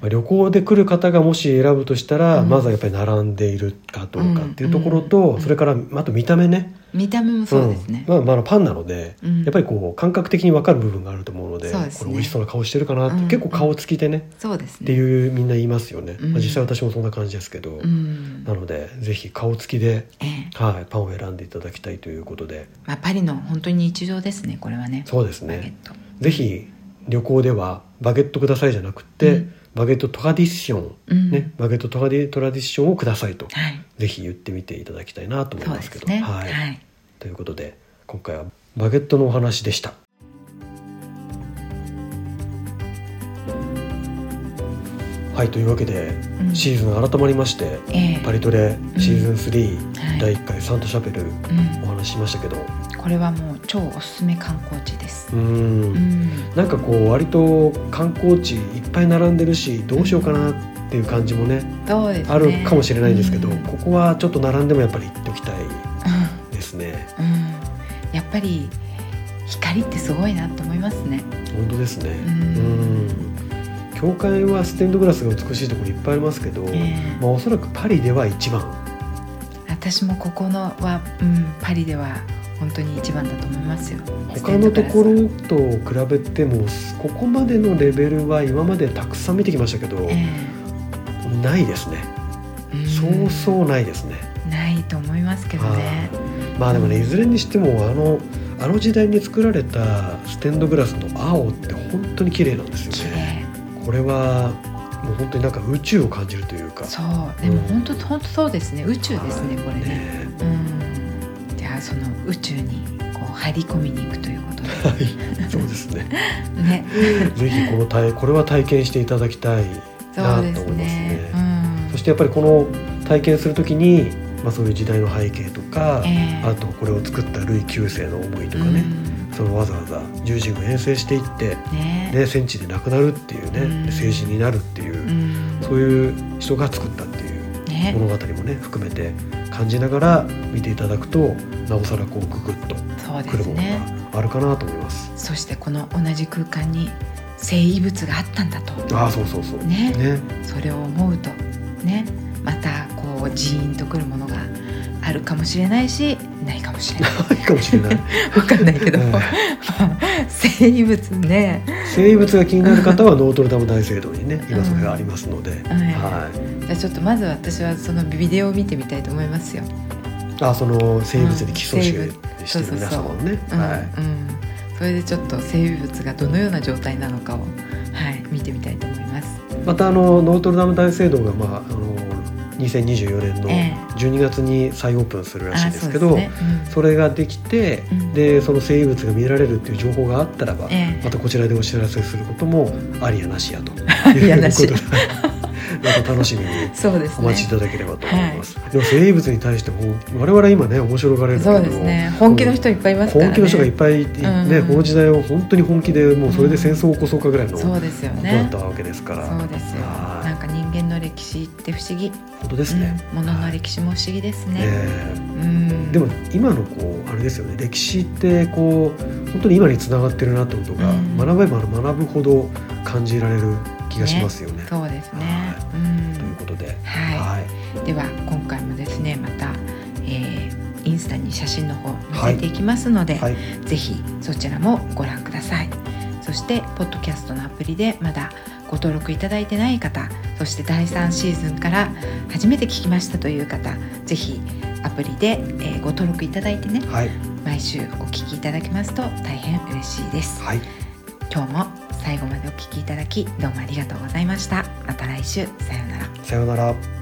S2: まあ旅行で来る方がもし選ぶとしたら、
S1: うん
S2: まずはやっぱり並んでいるかどうかっていうところと、
S1: うんうん
S2: それからあと見た目ね
S1: 見た目もそうですね、
S2: うんまあまああのパンなので、
S1: うん
S2: やっぱりこう感覚的に分かる部分があると思うので
S1: そうですね
S2: これ美味しそうな顔してるかなって、
S1: うん
S2: 結構顔つきでね
S1: そうです
S2: って
S1: ね
S2: いうみんな言いますよね、
S1: うん
S2: まあ、実際私もそんな感じですけど、
S1: うん
S2: なのでぜひ顔つきで、
S1: ええ
S2: はい、パンを選んでいただきたいということで
S1: まあ、パリの本当に日常ですねこれはね
S2: そうです
S1: バゲッ
S2: ね
S1: ト
S2: ぜひ旅行ではバゲットくださいじゃなくて、
S1: うん
S2: バゲットトラディション、
S1: うん
S2: ね、バゲットトラディトラディションをくださいと
S1: はい
S2: ぜひ言ってみていただきたいなと思い
S1: そう
S2: ま
S1: です
S2: け
S1: す
S2: ど。
S1: ね
S2: はい
S1: はい、
S2: ということで今回はバゲットのお話でしたはいというわけで、
S1: うん
S2: シーズン改まりまして
S1: ええ
S2: パリトレシーズン3、
S1: はい
S2: 第1回サントシャペル
S1: うん
S2: お話ししましたけどう
S1: これはもう超おすすめ観光地です
S2: ーん
S1: うん
S2: なんかこう割と観光地いっぱい並んでるしどうしようかなっていう感じもね
S1: そうですね
S2: あるかもしれないですけど、
S1: うん
S2: ここはちょっと並んでもやっぱり行っときたい
S1: うん
S2: ですね
S1: うんやっぱり光ってすごいなと思いますね
S2: 本当ですね
S1: う
S2: うんん教会はステンドグラスが美しいところいっぱいありますけど、
S1: え
S2: まあ、おそらくパリでは一番
S1: 私もここのは、うん、パリでは本当に一番だと思いますよ
S2: 他のところと比べてもここまでのレベルは今までたくさん見てきましたけど、
S1: え
S2: ないですね
S1: えん
S2: そうそうないですね、
S1: ないと思いますけどね
S2: はいまあでもねいずれにしてもあのあの時代に作られたステンドグラスの青って本当に綺麗なんですよ
S1: 綺
S2: ね
S1: 麗
S2: これはもう本当になんか宇宙を感じるというか
S1: そうでも
S2: うん
S1: 本当本当そうですね宇宙ですね、これね
S2: ね
S1: うんじゃあその宇宙にこう張り込みに行くということ
S2: はい、そうですね。
S1: でね
S2: ぜひこの体これは体験していただきたい。
S1: そうです
S2: なと思います
S1: ね
S2: ね
S1: うん
S2: そしてやっぱりこの体験するときに、まあそういう時代の背景とか、
S1: ええ
S2: あとこれを作ったルイ九世の思いとかね、そのわざわざ十字軍遠征していって、
S1: うんね
S2: ね戦地で亡くなるっていうね、
S1: うん
S2: 政治になるっていう、
S1: うん
S2: そういう人が作ったっていう
S1: ね
S2: 物語もね含めて感じながら見ていただくと、なおさらこうググッと
S1: そうで
S2: くる
S1: す
S2: もの
S1: ね
S2: があるかなと思います。
S1: そしてこの同じ空間に聖遺物があったんだと
S2: ああそうそうそう。
S1: ね
S2: ね [laughs]
S1: それを思うとねまたこうジーンとくるものがあるかもしれないしないかもしれない
S2: [laughs] いいかもしれない。
S1: わかんないけど、[laughs]
S2: ええ
S1: まあ聖遺物ね
S2: 生物が気になる方はノートルダム大聖堂にね今それがありますので、
S1: はい
S2: はい、
S1: じゃあちょっとまず私はそのビデオを見てみたいと思いますよ。
S2: あその生物に基礎集
S1: うん
S2: してる皆様もね、
S1: うん
S2: はい、
S1: うん、それでちょっと生物がどのような状態なのかを、はい、見てみたいと思います。
S2: またあのノートルダム大聖堂が、まあ、あの2024年の
S1: ええ
S2: 12月に再オープンするらし
S1: あ
S2: いん
S1: あ
S2: ですけど、そ
S1: うん
S2: れができて、
S1: うん
S2: でその生物が見られるっていう情報があったらば、
S1: ええ
S2: またこちらでお知らせすることもありやなしやと
S1: り
S2: い
S1: や
S2: う
S1: なし
S2: ことで [laughs] また楽しみに
S1: そうです
S2: お
S1: ね。
S2: 待ちいただければと思います。でも生物に対しても我々今ね面白がれるけど、
S1: そうですね。本気の人いっぱいいますからね。
S2: 本気の人がいっぱいいて、
S1: うん
S2: ねこの時代を本当に本気でもうそれで戦争を起こそうかぐらいのこと
S1: そうですよ
S2: だっ
S1: ね
S2: た。わけですから、
S1: そうですよ。
S2: はい
S1: なんか人間の歴史って不思議。
S2: 本当ですね。
S1: うん、物の歴史も不思議ですね。
S2: え
S1: うん。
S2: えでも今のこうあれですよね歴史ってこう本当に今につながってるなってことが、
S1: うん
S2: 学べば学ぶほど感じられる気がしますよね。
S1: そうですね。
S2: は
S1: うん
S2: ということで、
S1: はい
S2: はい
S1: では今回もですねまた、えーインスタに写真の方載せていきますので、
S2: はい
S1: ぜひそちらもご覧くださいそしてポッドキャストのアプリでまだご登録いただいてない方そして第3シーズンから初めて聞きましたという方ぜひアプリで、えーご登録いただいてね
S2: はい
S1: 毎週お聞きいただきますと大変嬉しいです
S2: はい
S1: 今日も最後までお聞きいただきどうもありがとうございましたまた来週さようなら
S2: さようなら。